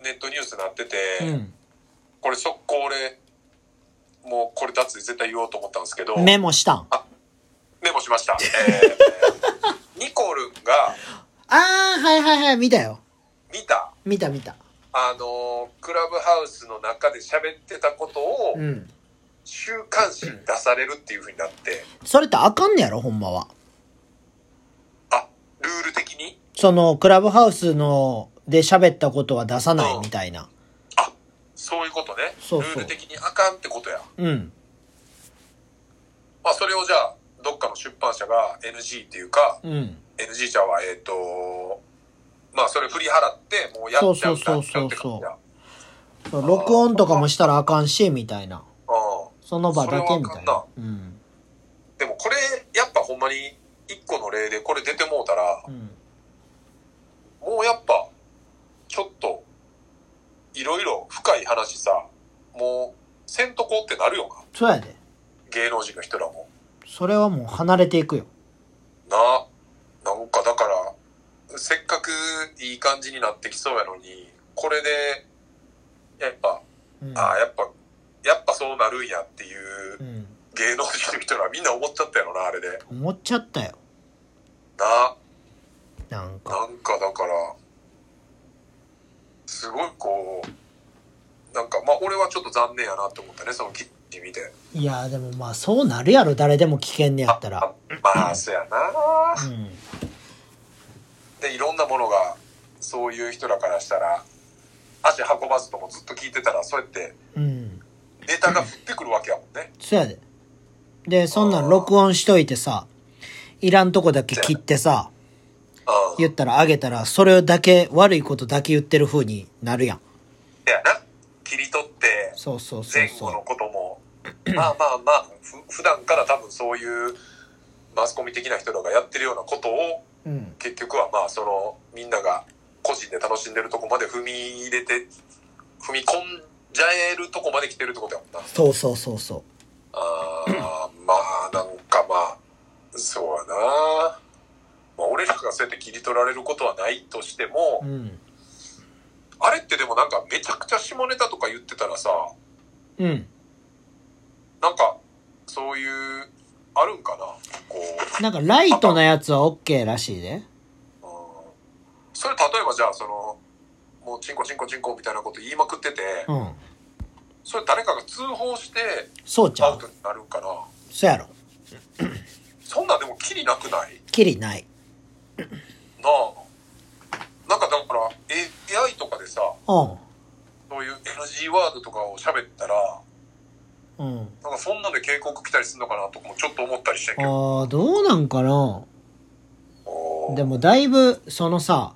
Speaker 2: ネットニュースになってて、
Speaker 1: う
Speaker 2: これ速攻俺、もうこれ脱で絶対言おうと思ったんですけど、
Speaker 1: ん。メモしたん。あ
Speaker 2: メモし ました。えーニコルンが
Speaker 1: あー、はいはいはい、見たよ。
Speaker 2: 見た、
Speaker 1: 見た見た。
Speaker 2: あのークラブハウスの中で喋ってたことを
Speaker 1: うん。
Speaker 2: 週刊誌に出されるっていう風になって、
Speaker 1: それってあかんねやろ、ほんまは。
Speaker 2: あ、ルール的に
Speaker 1: その、クラブハウスの、で喋ったことは出さないみたいな。
Speaker 2: そういうことね。
Speaker 1: そうそう
Speaker 2: ルール的にあかんってことや。
Speaker 1: うん。
Speaker 2: まあそれをじゃあ、どっかの出版社が NG っていうか、
Speaker 1: うん。
Speaker 2: NG 社は、えっ、と、まあそれ振り払って、もうやっちゃうんだって感じ
Speaker 1: そうそうそうそう
Speaker 2: や。
Speaker 1: そう録音とかもしたらあかんし、みたいな。
Speaker 2: うん
Speaker 1: その場だけみたい
Speaker 2: それは
Speaker 1: な
Speaker 2: あ。
Speaker 1: うん。
Speaker 2: でもこれ、やっぱほんまに、一個の例でこれ出てもうたら
Speaker 1: う、ん。
Speaker 2: もうやっぱ、ちょっと、いろいろ深い話さ、もう、せんとこうってなるよな。
Speaker 1: そうやで。
Speaker 2: 芸能人の人らも。
Speaker 1: それはもう離れていくよ。
Speaker 2: な、なんかだから、せっかくいい感じになってきそうやのに、これで、やっぱ、
Speaker 1: うん。
Speaker 2: ああ、やっぱ、やっぱそうなるんやっていう
Speaker 1: う、ん。
Speaker 2: 芸能人の人らみんな思っちゃったやろな、あれで。
Speaker 1: 思っちゃったよ。
Speaker 2: な、
Speaker 1: なんか。
Speaker 2: なんかだから、すごいこう、なんかまあ俺はちょっと残念やなって思ったね、その記事見て。
Speaker 1: いや、でもまあそうなるやろ、誰でも危険ねやったら。
Speaker 2: まあ、そやな
Speaker 1: うん。
Speaker 2: で、いろんなものが、そういう人らからしたら、足運ばずともずっと聞いてたら、そうやって
Speaker 1: うん。
Speaker 2: ネタが降ってくるわけやもんね。
Speaker 1: そうやで。で、そんなん録音しといてさ、いらんとこだけ切ってさ、
Speaker 2: うん。
Speaker 1: 言ったらあげたら、それだけ、悪いことだけ言ってる風になるやん。
Speaker 2: やな。切り取って、
Speaker 1: そうそうそう
Speaker 2: 前
Speaker 1: そ
Speaker 2: 後の
Speaker 1: う。
Speaker 2: ことも、まあまあまあ、ふ普段から多分そういうマスコミ的な人らがやってるようなことを、
Speaker 1: うん。
Speaker 2: 結局はまあ、その、みんなが個人で楽しんでるとこまで踏み入れて、踏み込んじゃえるとこまで来てるってことやもんな。
Speaker 1: そうそうそうそ
Speaker 2: あーまあなんかまあそうやな、まあ、俺らがそうやって切り取られることはないとしても、
Speaker 1: う。うん。
Speaker 2: あれってでもなんかめちゃくちゃ下ネタとか言ってたらさ
Speaker 1: うん。
Speaker 2: なんかそういうあるんかなこう、
Speaker 1: なんかライトなやつは OK らしいで。
Speaker 2: うんそれ例えばじゃあそのもうチンコチンコチンコみたいなこと言いまくってて、
Speaker 1: うん。
Speaker 2: それ誰かが通報して
Speaker 1: そうちゃ
Speaker 2: アウ
Speaker 1: う
Speaker 2: ト。になるんかな
Speaker 1: そうやろ。
Speaker 2: そんなんでもキリなくない
Speaker 1: きりない。
Speaker 2: なあなんかだから AI とかでさ
Speaker 1: うん。
Speaker 2: そういう NG ワードとかを喋ったら、
Speaker 1: うん。
Speaker 2: なんかそんなんで警告来たりするのかなとかもちょっと思ったりしてんけど。
Speaker 1: ああ、どうなんかな
Speaker 2: おー
Speaker 1: でもだいぶ、そのさ、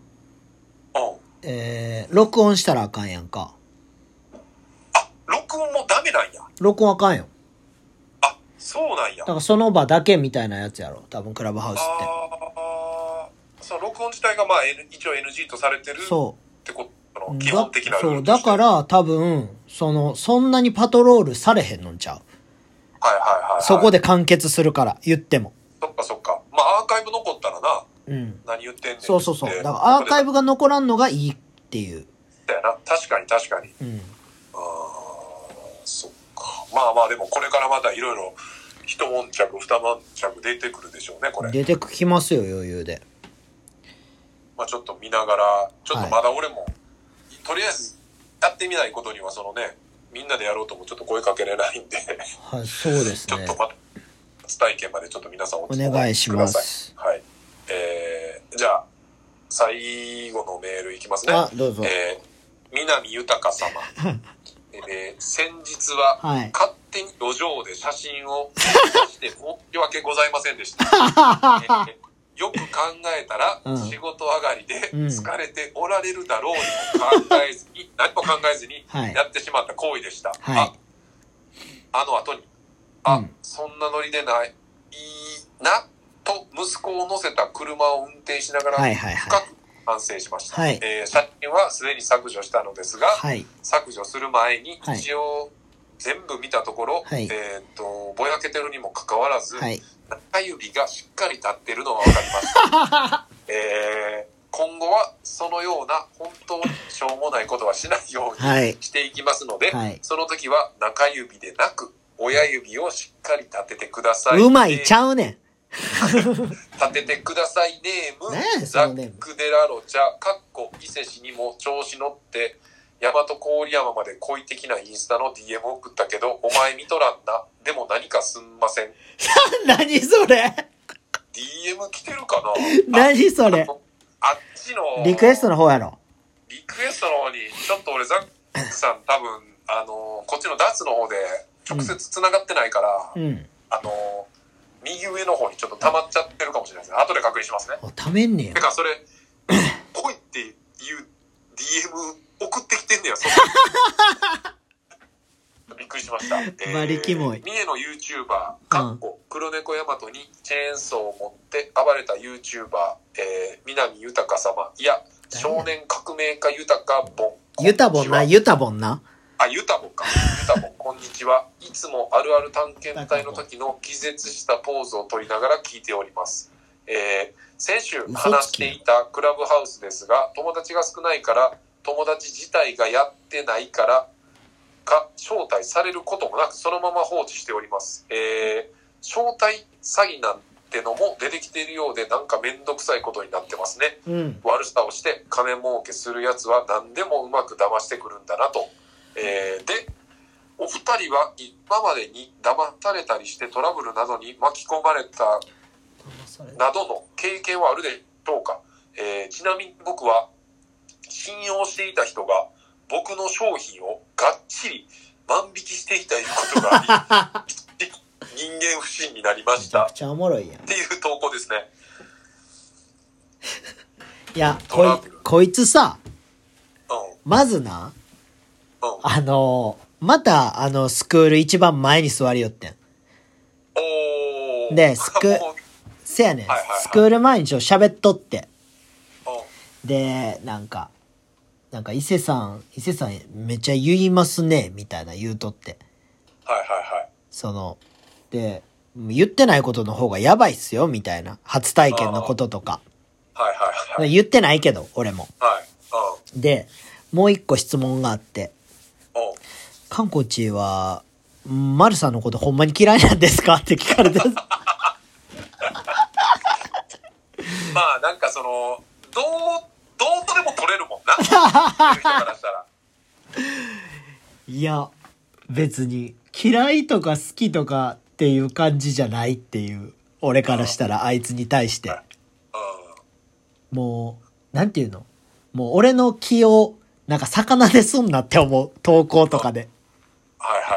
Speaker 2: うん。
Speaker 1: えー、録音したらあかんやんか。
Speaker 2: あ、録音もダメなんや。
Speaker 1: 録音あかんよ。
Speaker 2: あ、そうなん
Speaker 1: だ
Speaker 2: や。
Speaker 1: か
Speaker 2: あ
Speaker 1: らその場だけみたいなやつやろ。多分クラブハウスっ
Speaker 2: あー、その録音自体がまあ、N、一応 NG とされてる
Speaker 1: て。
Speaker 2: っ
Speaker 1: そう。
Speaker 2: てこと
Speaker 1: う
Speaker 2: の
Speaker 1: ん
Speaker 2: 基本的な
Speaker 1: だ
Speaker 2: ルー
Speaker 1: そう
Speaker 2: ルと
Speaker 1: だ
Speaker 2: して
Speaker 1: から多分そのそんなにパトロールされへんのんちゃう
Speaker 2: はいはいはい、はい。
Speaker 1: そこ
Speaker 2: で。
Speaker 1: で完結するから言っても
Speaker 2: そっかそっか。まあアーカイブ残ったらな、
Speaker 1: うん
Speaker 2: 何言ってんねんって。
Speaker 1: そうそうそうだからアーカイ
Speaker 2: ブ。
Speaker 1: ブが残らんのがいいっていう
Speaker 2: だよな。確かに確かに。
Speaker 1: うん
Speaker 2: あーそっか。まあまあでもこれからまたいろいろ一悶着二悶着出てくるでしょうね、これ。
Speaker 1: 出てきますよ余裕で
Speaker 2: まあちょっと見ながら、ちょっとまだ俺も、とりあえずやってみないことにはそのね、みんなでやろうともちょっと声かけれないんで、
Speaker 1: はいそうです
Speaker 2: ちょっ
Speaker 1: ね
Speaker 2: とまた、初体験までちょっと皆さんお
Speaker 1: お願いします
Speaker 2: お願いくださいはい。えー、じゃあ、最後のメールいきますね。
Speaker 1: あどうぞ
Speaker 2: えー、南豊様。 えー、先日は、
Speaker 1: はい
Speaker 2: 勝手に路上で写真を撮 影して申し訳ございませんでした。えーよく考えたら、
Speaker 1: うん
Speaker 2: 仕事上がりで
Speaker 1: うん
Speaker 2: 疲れておられるだろうにも考えず に、何も考えずに
Speaker 1: はい
Speaker 2: やってしまった行為でした。
Speaker 1: はい
Speaker 2: ああの後に、あ、
Speaker 1: うん
Speaker 2: そんなノリでない、いいな、と息子を乗せた車を運転しながら
Speaker 1: はいはいは
Speaker 2: 深
Speaker 1: い
Speaker 2: く反省しました。
Speaker 1: はい
Speaker 2: えー写真はすでに削除したのですが、
Speaker 1: はい
Speaker 2: 削除する前に
Speaker 1: はい
Speaker 2: 一応全部見たところ、
Speaker 1: はい
Speaker 2: えーっとぼやけてるにもかかわらず、
Speaker 1: はい
Speaker 2: 中指がしっかり立ってるのは分かりました、 えー今後はそのような本当にしょうもないことはしないように
Speaker 1: はい
Speaker 2: していきますので、
Speaker 1: はい
Speaker 2: その時は中指でなく親指をしっかり立ててください、
Speaker 1: うまいち
Speaker 2: ん
Speaker 1: ゃうねん
Speaker 2: 立ててくださいネーム、
Speaker 1: ねえそ
Speaker 2: ザ
Speaker 1: のネーム
Speaker 2: ック・デラロチャかっこ伊勢市にも調子乗って大和郡山まで好意的なインスタの DM を送ったけどお前見とらんなでも何かすんません
Speaker 1: 何それ
Speaker 2: DM 来てるかなあ
Speaker 1: 何それ
Speaker 2: あっちの
Speaker 1: リクエストの方やろ
Speaker 2: リクエストの方にちょっと俺ザックさん多分あのこっちのダーツの方で直接つながってないから、
Speaker 1: うん
Speaker 2: あの右上の方にちょっと溜まっちゃってるかもしれないですね後で確認しますね
Speaker 1: あためんねや
Speaker 2: てかそれ「来い」っていう DM 送ってきてんねやそん なびっくりしました、え
Speaker 1: 馬力もい
Speaker 2: 三重の YouTuber かっこ黒猫大和にチェーンソーを持って暴れた YouTuber、えー、南豊様いや少年革命家豊ボン
Speaker 1: ゆたぼんなゆたぼんな
Speaker 2: あ、ユタボか。ユタボ、こんにちは。いつもあるある探検隊の時の気絶したポーズを取りながら聞いております。えー、先週
Speaker 1: 嘘つき
Speaker 2: 話していたクラブハウスですが、友達が少ないから、友達自体がやってないから、か、招待されることもなく、そのまま放置しております。えー、招待詐欺なんてのも出てきているようで、なんかめんどくさいことになってますね。
Speaker 1: うん
Speaker 2: 悪さをして金儲けするやつは何でもうまく騙してくるんだなと。えーで、お二人は今までに騙されたりしてトラブルなどに巻き込まれたなどの経験はあるでしょうか、えーちなみに僕は信用していた人が僕の商品をがっちり万引きしていたということがあり 人間不信になりま
Speaker 1: め
Speaker 2: し
Speaker 1: ちゃ
Speaker 2: た
Speaker 1: くちゃおもろいやん
Speaker 2: っていう投稿ですね。
Speaker 1: いや
Speaker 2: ト
Speaker 1: こい
Speaker 2: ラブル
Speaker 1: こいつさ
Speaker 2: うん。
Speaker 1: まずな
Speaker 2: うん。おー
Speaker 1: あの、また、あの、スクール一番前に座りよってん。でスク
Speaker 2: もう
Speaker 1: せやねん
Speaker 2: はいはいはい。
Speaker 1: スクール前にちょっと喋っとって。
Speaker 2: うん
Speaker 1: で、なんか、なんか伊勢さん、伊勢さんめっちゃ言いますね、みたいな言うとって。
Speaker 2: はいはいはい。
Speaker 1: その、で、言ってないことの方がやばいっすよ、みたいな。初体験のこととか。
Speaker 2: はいはいはい。
Speaker 1: 言ってないけど、俺も。
Speaker 2: はい。
Speaker 1: で、もう一個質問があって、
Speaker 2: うん。うん。
Speaker 1: 観光地は、マルさんのことほんまに嫌いなんですかって聞かれて。
Speaker 2: まあなんかそのどうどうとでも取れるもん なそういう人からしたら
Speaker 1: いや、別に、嫌いとか好きとかっていう感じじゃないっていう、俺からしたらあいつに対して。
Speaker 2: う
Speaker 1: もう、なんていうのもう俺の気を、なんか魚ですんなって思う。投稿とかで。
Speaker 2: んはいは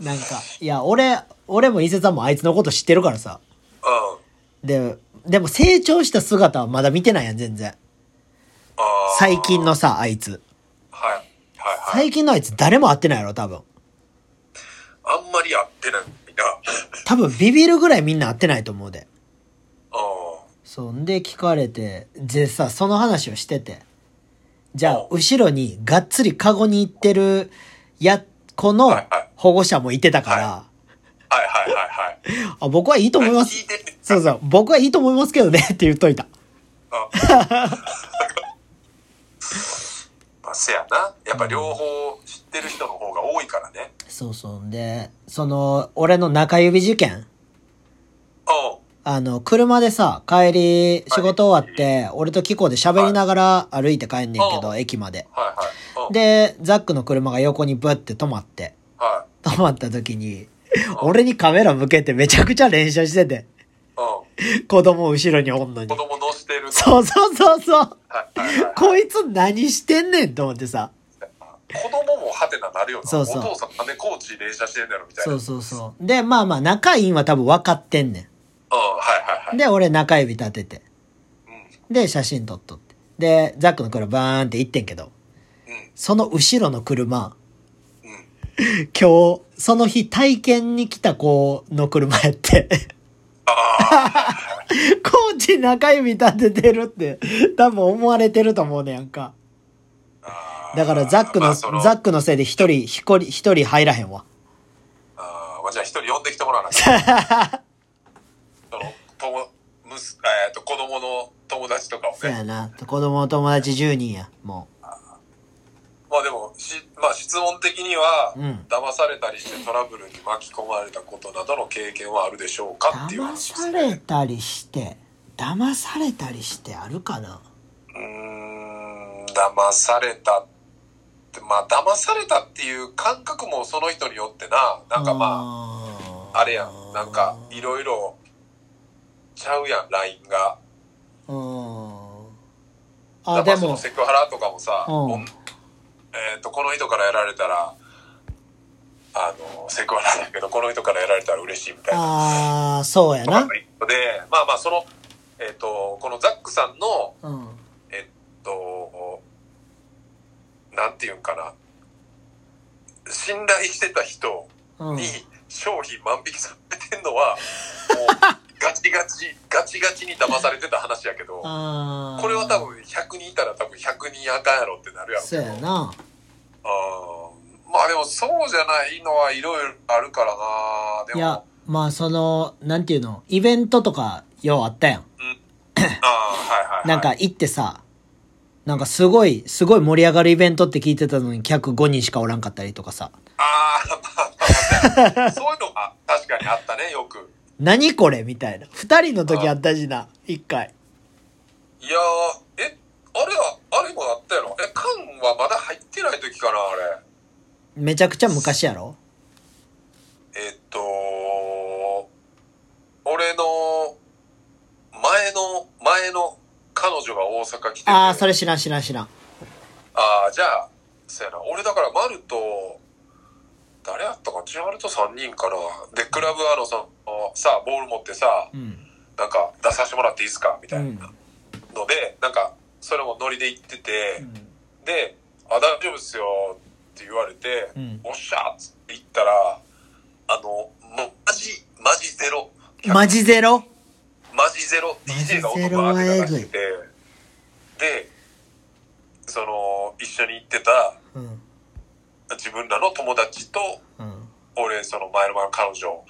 Speaker 2: い
Speaker 1: なんか、いや、俺、俺も伊勢さんもあいつのこと知ってるからさ。
Speaker 2: はいうん
Speaker 1: で、でも成長した姿はまだ見てないやん、全然。
Speaker 2: あー
Speaker 1: 最近のさ、あいつ。
Speaker 2: はいはいはい
Speaker 1: 最近のあいつ誰も会ってないやろ、多分。
Speaker 2: あんまり合ってないな
Speaker 1: 多分ビビるぐらいみんな会ってないと思うで。
Speaker 2: う
Speaker 1: そんで聞かれて、でさ、その話をしてて。じゃあ、
Speaker 2: う
Speaker 1: 後ろにがっつりカゴに行ってる、や、子の
Speaker 2: はいはい
Speaker 1: 保護者もいてたから、
Speaker 2: はんはいはいはいはい
Speaker 1: あ僕はいいと思いま
Speaker 2: 聞い
Speaker 1: す。
Speaker 2: てね
Speaker 1: そうそう、僕はいいと思いますけどねって言っといた。
Speaker 2: うんまあせやなやっぱ両方知ってる人の方が多いからね
Speaker 1: そうそう。で、その、俺の中指事件。
Speaker 2: うん
Speaker 1: あの、車でさ、帰り、仕事終わって、俺とキコで喋りながら歩いて帰んねんけど、
Speaker 2: は
Speaker 1: 駅まで。
Speaker 2: はいはいうん
Speaker 1: で、ザックの車が横にブッて止まって、
Speaker 2: は
Speaker 1: 止まった時に、俺にカメラ向けてめちゃくちゃ連射してて、
Speaker 2: い
Speaker 1: 子供後ろにおんの
Speaker 2: う
Speaker 1: に
Speaker 2: ん子。供乗してる
Speaker 1: そうそうそうそう。
Speaker 2: はいはいはい
Speaker 1: こいつ何してんねんと思ってさ。
Speaker 2: 子供もハテナなるよな。
Speaker 1: そうそう
Speaker 2: お父さんなんでコーチ連射してんだろみたいな。、
Speaker 1: そううんそうそう。で、まあまあ、仲いいんは多分分かってんねん。
Speaker 2: はいはいはい。
Speaker 1: で、俺中指立てて。
Speaker 2: う
Speaker 1: で、写真撮っとって。で、ザックの車バーンって行ってんけど、
Speaker 2: ん、
Speaker 1: その後ろの車、
Speaker 2: うん、うん。
Speaker 1: 今日、その日体験に来た子の車やって、
Speaker 2: ああ、
Speaker 1: コーチ中指立ててるって、多分思われてると思うねやんか。
Speaker 2: あー
Speaker 1: だからザックの、
Speaker 2: まあ
Speaker 1: ザ
Speaker 2: その
Speaker 1: ックのせいで一人、ひこり、一人入らへん わ。
Speaker 2: あーまあ、じゃあ一人呼んできてもらわな きゃ。その、とも、むす、えっ、と、子供の友達とかを
Speaker 1: そうや
Speaker 2: ね。
Speaker 1: な。子供の友達10人や、も
Speaker 2: まあでも、し、まあ質問的には、
Speaker 1: う。うん。
Speaker 2: 騙されたりしてトラブルに巻き込まれたことなどの経験はあるでしょうかっていう
Speaker 1: 騙
Speaker 2: 話で
Speaker 1: さ
Speaker 2: す
Speaker 1: れ
Speaker 2: ね。
Speaker 1: たりして、騙されたりしてあるかな
Speaker 2: うーん、騙されたって、まあ、騙されたっていう感覚もその人によってな、なんかま
Speaker 1: あ
Speaker 2: あ、あれやん、なんか、いろいろ、ちゃうやん、LINE が。
Speaker 1: うん。
Speaker 2: だ
Speaker 1: あ、
Speaker 2: か
Speaker 1: で
Speaker 2: らその
Speaker 1: も、
Speaker 2: セクハラとかもさ、
Speaker 1: うん
Speaker 2: おんえっ、と、この人からやられたら、あの、セクハラだけど、この人からやられたら嬉しいみたいな。
Speaker 1: ああ、そうや
Speaker 2: とか
Speaker 1: な
Speaker 2: が。一個で、まあまあ、その、えっ、と、このザックさんの、
Speaker 1: うん。
Speaker 2: えっと、なんていうんかな。信頼してた人
Speaker 1: うん
Speaker 2: に。商品万引きされてんの は、もうガチガチ、ガチガチに騙されてた話やけど、
Speaker 1: ああ。
Speaker 2: これは多、分100人いたら多分100人あかんやろってなるやろうけ
Speaker 1: そう
Speaker 2: ど。
Speaker 1: やな。
Speaker 2: うんまあでもそうじゃないのはいろいろあるからなで
Speaker 1: い
Speaker 2: も、
Speaker 1: や、まあ、その、なんていうの、イベントとか、ようあったやん。
Speaker 2: あはいはい、はい。
Speaker 1: なんか、行ってさ、なんかすごい、すごい盛り上がるイベントって聞いてたのに客5人しかおらんかったりとかさ。
Speaker 2: あーまあ、まあ まあ、そういうのが確かにあったね、よく。
Speaker 1: 何これみたいな。二人の時あったしな、一回。
Speaker 2: いやー、え、あれは、あれもあったやろえ、缶はまだ入ってない時かな、あれ。
Speaker 1: めちゃくちゃ昔やろ
Speaker 2: えっと、俺の、前の、前の彼女が大阪来てて。
Speaker 1: ああ、それ知らん知らん知らん。
Speaker 2: あーじゃあ、そうやな。俺だから、丸と、誰やったか、千春と3人かな。で、クラブあの、その、さ、ボール持ってさ、
Speaker 1: うん。
Speaker 2: なんか、出させてもらっていいですかみ
Speaker 1: う
Speaker 2: たい
Speaker 1: ん
Speaker 2: な。ので、なんか、それもノリで行ってて、
Speaker 1: うん
Speaker 2: で、あ、大丈夫っすよっって言われて、
Speaker 1: うん
Speaker 2: おっしゃっつって言ったら、あの、もう、マジ、マジゼロ。
Speaker 1: マジゼロ
Speaker 2: マジゼロ DJ が音バーって流しててでその一緒に行ってた
Speaker 1: うん。
Speaker 2: 自分らの友達と
Speaker 1: うん。
Speaker 2: 俺その前の前の彼女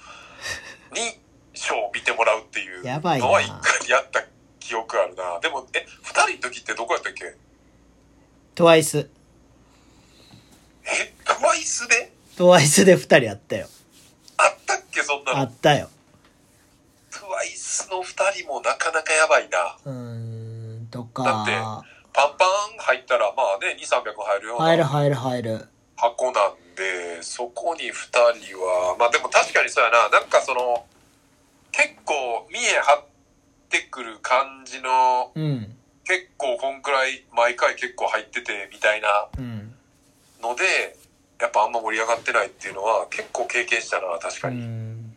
Speaker 2: にショーを見てもらうっていう
Speaker 1: やばいな
Speaker 2: のは一回やった記憶あるなでもえ二人の時ってどこやったっけ
Speaker 1: トワイス。
Speaker 2: えトワイスで
Speaker 1: トワイスで二人あったよ。
Speaker 2: あったっけそんな
Speaker 1: あ
Speaker 2: の
Speaker 1: っ。たよ。
Speaker 2: トワイスの二人もなかなかやばいな。
Speaker 1: うーん、と
Speaker 2: だ
Speaker 1: か、
Speaker 2: パンパン入ったらまあね、2、300入るような
Speaker 1: 入る入る入る。
Speaker 2: 箱なんで、そこに2人は、まあでも確かにそうやな、なんかその、結構見え張ってくる感じの、
Speaker 1: うん。
Speaker 2: 結構こんくらい、毎回結構入ってて、みたいな
Speaker 1: うん。
Speaker 2: ので、やっぱあんま盛り上がってないっていうのは結構経験したな、確
Speaker 1: う
Speaker 2: かに。
Speaker 1: ん。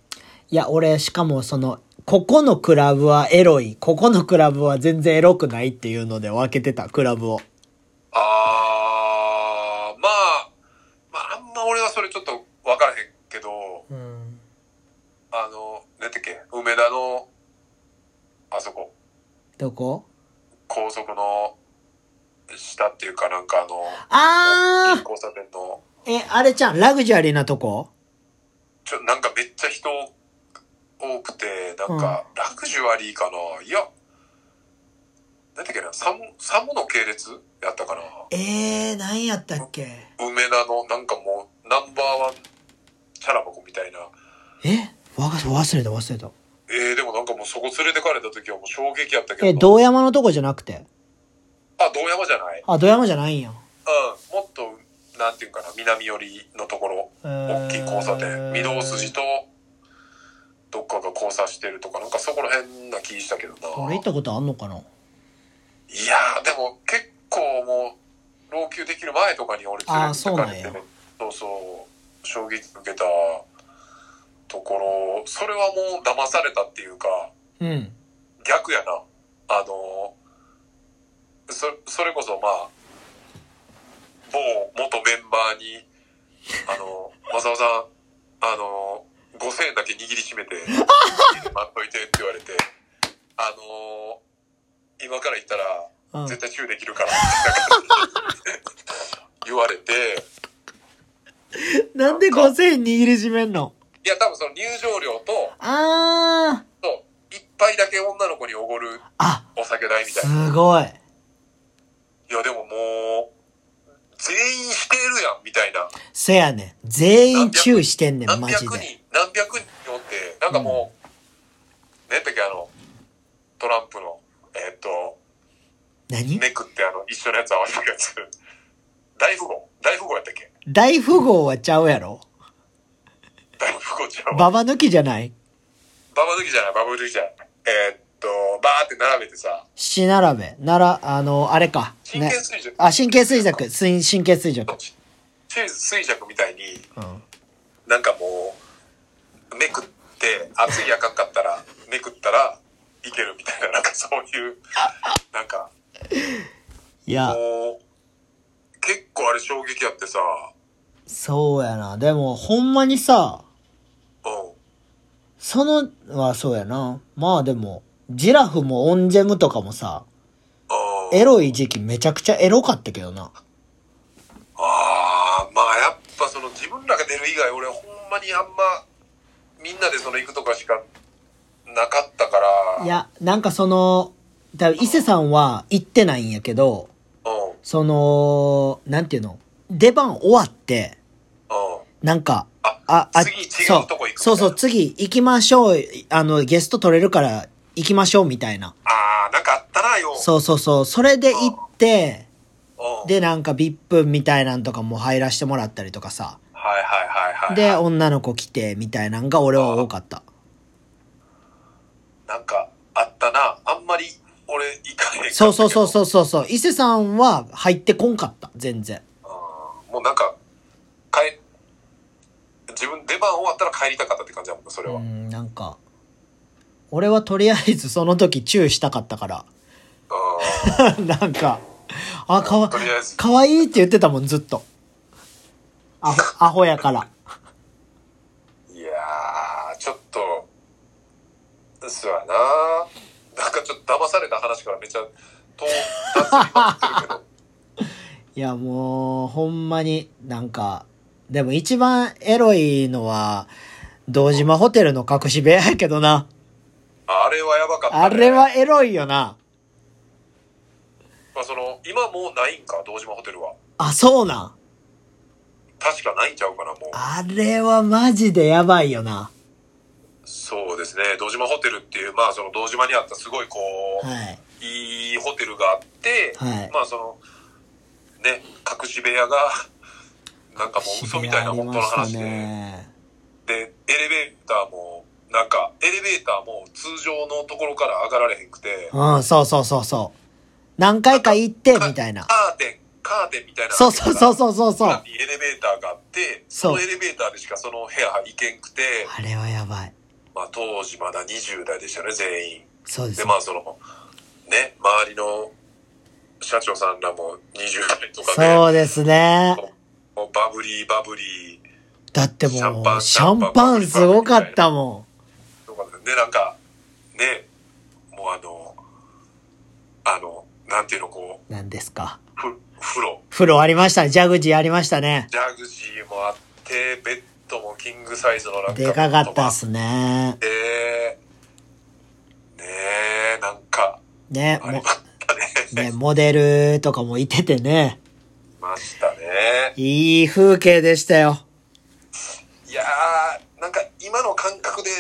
Speaker 1: いや、俺、しかもその、ここのクラブはエロい、ここのクラブは全然エロくないっていうので分けてた、クラブを。
Speaker 2: あー、まあ、まああんま俺はそれちょっとわからへんけど、
Speaker 1: うん。
Speaker 2: あの、なんてっけ、梅田の、あそこ。
Speaker 1: どこ
Speaker 2: 高速の下っていうかなんかあの、
Speaker 1: あ
Speaker 2: 交差点の、
Speaker 1: ーえ、あれちゃん、ラグジュアリーなとこ
Speaker 2: ちょ、なんかめっちゃ人多くて、なんか、ラグジュアリーかな、いや、なんだっけな、サム、サムの系列やったかな
Speaker 1: えー、何やったっけ
Speaker 2: 梅田の、なんかもう、ナンバーワン、チャラ箱みたいな。
Speaker 1: えわか忘れた忘れた。
Speaker 2: えー、でもなんかもうそこ連れてかれた時はもう衝撃やったけど。
Speaker 1: え、道山のとこじゃなくて
Speaker 2: あ、道山じゃない。
Speaker 1: あ、道山じゃないんや。
Speaker 2: うん、もっと、なんていうんかな、南寄りのところ。大きい交差点御堂筋とどっかが交差してるとかなんかそこら辺な気したけどな
Speaker 1: 俺行ったことあんのかない
Speaker 2: やーでも結構もう老朽できる前とかに俺連れて行かれ
Speaker 1: あーそうなん
Speaker 2: て
Speaker 1: や
Speaker 2: そうそう衝撃受けたところそれはもう騙されたっていうか
Speaker 1: うん。
Speaker 2: 逆やなあのそそれこそまあ某元メンバーにあの 正雄さんあの5,000円だけ握りしめて「待っといて」って言われて「あの今から行ったら
Speaker 1: うん
Speaker 2: 絶対チューできるから」言われて
Speaker 1: なんで5000円握りしめんの
Speaker 2: いや多分その入場料と
Speaker 1: あー。
Speaker 2: そう一杯だけ女の子におごる
Speaker 1: あ、
Speaker 2: お酒代みたいな。
Speaker 1: すごい。
Speaker 2: いや、でももう、全員してるやん、みたいな。
Speaker 1: せやねん。全員チューしてんねん、
Speaker 2: 何
Speaker 1: マジ
Speaker 2: 百
Speaker 1: で。
Speaker 2: 人、何百人おって、なんかもう、ねったっけ、あの、トランプの、えーっと、
Speaker 1: 何
Speaker 2: ネクってあの、一緒のやつ合わせるやつ。 大富豪大富豪やったっけ
Speaker 1: 大富豪はちゃうやろ
Speaker 2: 大富豪ちゃうわ。
Speaker 1: ババ抜きじゃない
Speaker 2: ババ抜きじゃない、ババ抜きじゃない。えーっと、バーって並べてさ、
Speaker 1: し並べ。なら、あの、あれか。
Speaker 2: 神
Speaker 1: ね
Speaker 2: 経。衰弱。
Speaker 1: あ、神経衰弱。すい神経衰弱。
Speaker 2: 神経衰弱みたいに、
Speaker 1: うん。
Speaker 2: なんかもう、めくって、熱いあかんかったら、めくったら、いけるみたいな、なんかそういう、なんか、
Speaker 1: いや。
Speaker 2: もう、結構あれ衝撃やってさ、
Speaker 1: そうやな。でも、ほんまにさ、
Speaker 2: うん。
Speaker 1: その、はそうやな。まあでも、ジラフもオンジェムとかもさ、
Speaker 2: うん、
Speaker 1: エロい時期めちゃくちゃエロかったけどな。
Speaker 2: ああ、まあやっぱその自分らが出る以外、俺ほんまにあんま、みんなでその行くとかしかなかったから、
Speaker 1: いや、なんかその、だ伊勢さんは行ってないんやけど、
Speaker 2: うん、うん、
Speaker 1: その、なんていうの出番終わって、なんか、
Speaker 2: あ次違うとこ行くみたいな
Speaker 1: そうそうそう、次行きましょう。あの、ゲスト取れるから行きましょうみたいな。
Speaker 2: ああ、なんかあったなよ。
Speaker 1: そうそうそう、それで行って、
Speaker 2: うん。
Speaker 1: で、なんか VIP みたいなんとかも入らしてもらったりとかさ。
Speaker 2: はいはいはいはい。
Speaker 1: で、女の子来て、みたいなんが俺は多かった。
Speaker 2: なんかあったな。あんまり俺行かへんかったけど
Speaker 1: そうそうそうそうそうそう。伊勢さんは入ってこんかった、全然。
Speaker 2: うんもうなんか、帰、自分出番終わったら帰りたかったって感じだもんな、それ
Speaker 1: う
Speaker 2: は。うん。
Speaker 1: ん、なんか、俺はとりあえずその時チューしたかったから。 なんか、あ、かわ
Speaker 2: とりあえず、
Speaker 1: かわいいって言ってたもん、ずっと。アホ、アホやから。
Speaker 2: いやー、ちょっと、そうやななんかちょっと騙された話からめっちゃ遠立つになってる けど。
Speaker 1: いや、もう、ほんまに、なんか、でも一番エロいのは、堂島ホテルの隠し部屋やけどな。
Speaker 2: あれはやばかった、ね。
Speaker 1: あれはエロいよな。
Speaker 2: まあその、今もうないんか、堂島ホテルは。
Speaker 1: あ、そうなん。
Speaker 2: 確かないんちゃうかな、もう。
Speaker 1: あれはマジでやばいよな。
Speaker 2: そうですね、堂島ホテルっていう、まあその堂島にあったすごいこう、
Speaker 1: はい。
Speaker 2: いいホテルがあって、
Speaker 1: はい
Speaker 2: まあその、ね、隠し部屋が、 なんかもう嘘みたいな本当の話で、
Speaker 1: ありましたね
Speaker 2: で、エレベーターも、なんか、エレベーターも通常のところから上がられへんくて、
Speaker 1: うん、そうそうそうそう。何回か行って、みたいな。
Speaker 2: カーテン、カーテンみたいな。
Speaker 1: そうそうそうそうそうそう。
Speaker 2: 中にエレベーターがあって、
Speaker 1: そう
Speaker 2: そのエレベーターでしかその部屋行けんくて、
Speaker 1: あれはやばい。
Speaker 2: まあ当時まだ20代でしたね、全員。
Speaker 1: そうです
Speaker 2: で、。まあその、ね、周りの社長さんらも20代とかね、
Speaker 1: そうですね。
Speaker 2: もうバブリーバブリー
Speaker 1: だっても
Speaker 2: シャンパ
Speaker 1: う、
Speaker 2: ン
Speaker 1: シャンパンすごかったも
Speaker 2: とかで、ね、なんか、ね、もうあの、あの、なんていうの、こ
Speaker 1: ん。何ですか。
Speaker 2: う、ふ風呂。
Speaker 1: 風呂ありましたね。ジャグジーありましたね。
Speaker 2: ジャグジーもあって、ベッドもキングサイズのなんか。
Speaker 1: でかかったっすね。
Speaker 2: えー、ねえ、なんか、
Speaker 1: ね、
Speaker 2: あり
Speaker 1: も
Speaker 2: ましたね。
Speaker 1: ね、モデルとかもいててね。
Speaker 2: ましたね。
Speaker 1: いい風景でしたよ。
Speaker 2: いやー、なんか今の感覚で、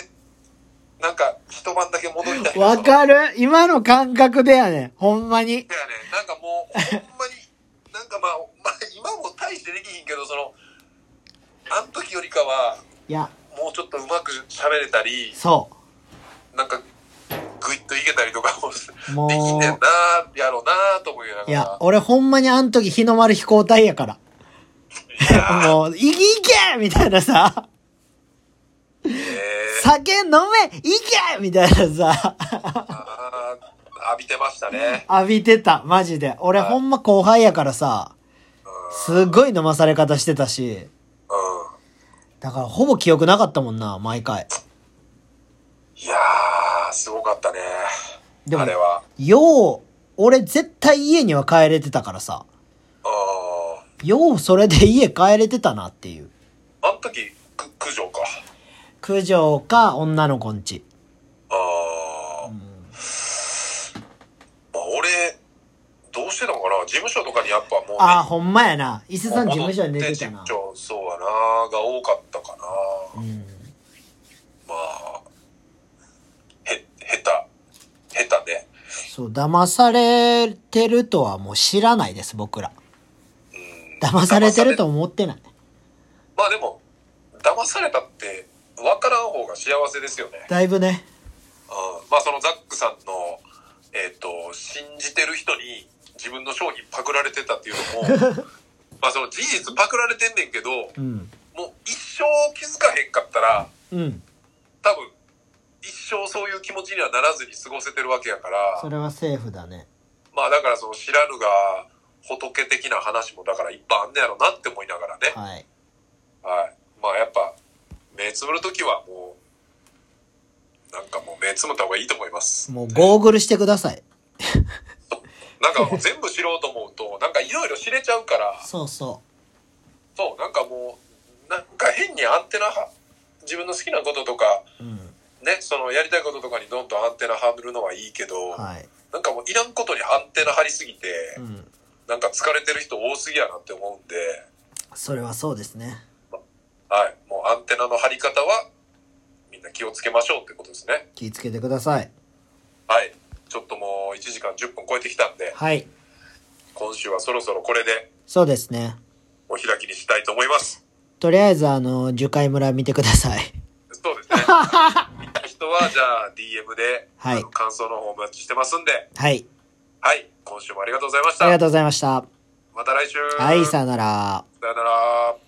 Speaker 2: なんか一晩だけ戻りたい。
Speaker 1: わ
Speaker 2: る。
Speaker 1: かる今の感覚でやね。ほんまに。
Speaker 2: だよね、なんかもう、ほんまに、なんかまあ、まあ今も大してできひんけど、その、あの時よりかは、
Speaker 1: いや、
Speaker 2: もうちょっとうまく喋れたり、
Speaker 1: そ
Speaker 2: なんか、ぐいっといけたりとかもす
Speaker 1: う。も
Speaker 2: できんねん
Speaker 1: う
Speaker 2: な、やろうなと思いながら。
Speaker 1: いや、俺ほんまにあの時日の丸飛行隊やから。
Speaker 2: いやー
Speaker 1: もう、いけいけみたいなさ、
Speaker 2: えー
Speaker 1: 酒飲めいけみたいなさ、
Speaker 2: あー浴びてましたね。
Speaker 1: 浴びてた、マジで。俺
Speaker 2: はい
Speaker 1: ほんま後輩やからさ、すごい飲まされ方してたし、
Speaker 2: うん。
Speaker 1: だからほぼ記憶なかったもんな、毎回。
Speaker 2: いやー、すごかったね。
Speaker 1: でも
Speaker 2: あれは。
Speaker 1: よう、俺絶対家には帰れてたからさ、
Speaker 2: あ
Speaker 1: ようそれで家帰れてたなっていう。
Speaker 2: あ、あの時、く九条か。
Speaker 1: 九条か女の子んち。
Speaker 2: ああ、まあ俺、どうしてたのかな事務所とかにやっぱもう、ね、
Speaker 1: ああ、ほんまやな。伊勢
Speaker 2: も
Speaker 1: さ
Speaker 2: うん
Speaker 1: 事
Speaker 2: 戻っ
Speaker 1: 務所に寝てた
Speaker 2: 事
Speaker 1: な
Speaker 2: 務。所そうやな、が多かったかな。
Speaker 1: うん。
Speaker 2: まあ、へ、下手。下手ね。
Speaker 1: そう、騙されてるとはもう知らないです、僕ら。
Speaker 2: うん。
Speaker 1: 騙されてると
Speaker 2: 騙さ
Speaker 1: 思ってない。
Speaker 2: れまあでも、騙されたって、わからん方が幸せですよね。
Speaker 1: だいぶね。
Speaker 2: うんまあそのザックさんの、えっと信じてる人に自分の商品パクられてたっていうのもまあその事実パクられてんねんけど
Speaker 1: うん。
Speaker 2: もう一生気づかへんかったら
Speaker 1: うん。
Speaker 2: 多分一生そういう気持ちにはならずに過ごせてるわけやから
Speaker 1: それはセーフだね。
Speaker 2: まあだからその知らぬが仏的な話もだからいっぱいあんねやろなって思いながらね、
Speaker 1: はい。
Speaker 2: はい、まあやっぱ目つぶる時はもうなんかもう目つむった方がいいと思います。
Speaker 1: もうゴーグルしてください。
Speaker 2: なんかもう全部知ろうと思うと、なんかいろいろ知れちゃうから、
Speaker 1: そうそ
Speaker 2: そう、なんかもう、なんか変にアンテナは、自分の好きなこととか、
Speaker 1: う。うん。
Speaker 2: ね、そのやりたいこととかにどんどんアンテナ張るのはいいけど、
Speaker 1: はい。
Speaker 2: なんかもういらんことにアンテナ張りすぎて、
Speaker 1: うん。
Speaker 2: なんか疲れてる人多すぎやなって思うんで、
Speaker 1: それはそうですね。
Speaker 2: はい、もうアンテナの張り方は、みんな気をつけましょうってことですね。
Speaker 1: 気ぃつけてください。
Speaker 2: はい。ちょっともう1時間10分超えてきたんで、
Speaker 1: はい。
Speaker 2: 今週はそろそろこれで
Speaker 1: そうですね。
Speaker 2: お開きにしたいと思います。
Speaker 1: とりあえず、あの、樹海村見てください。
Speaker 2: そう ですね。見た人は、じゃあ DM で、
Speaker 1: はい
Speaker 2: あの感想の方お待ちしてますんで、
Speaker 1: はい。
Speaker 2: はい、今週もありがとうございまし
Speaker 1: ありが
Speaker 2: た。
Speaker 1: とうございました。
Speaker 2: また来週。
Speaker 1: はい、さよなら。
Speaker 2: さよなら。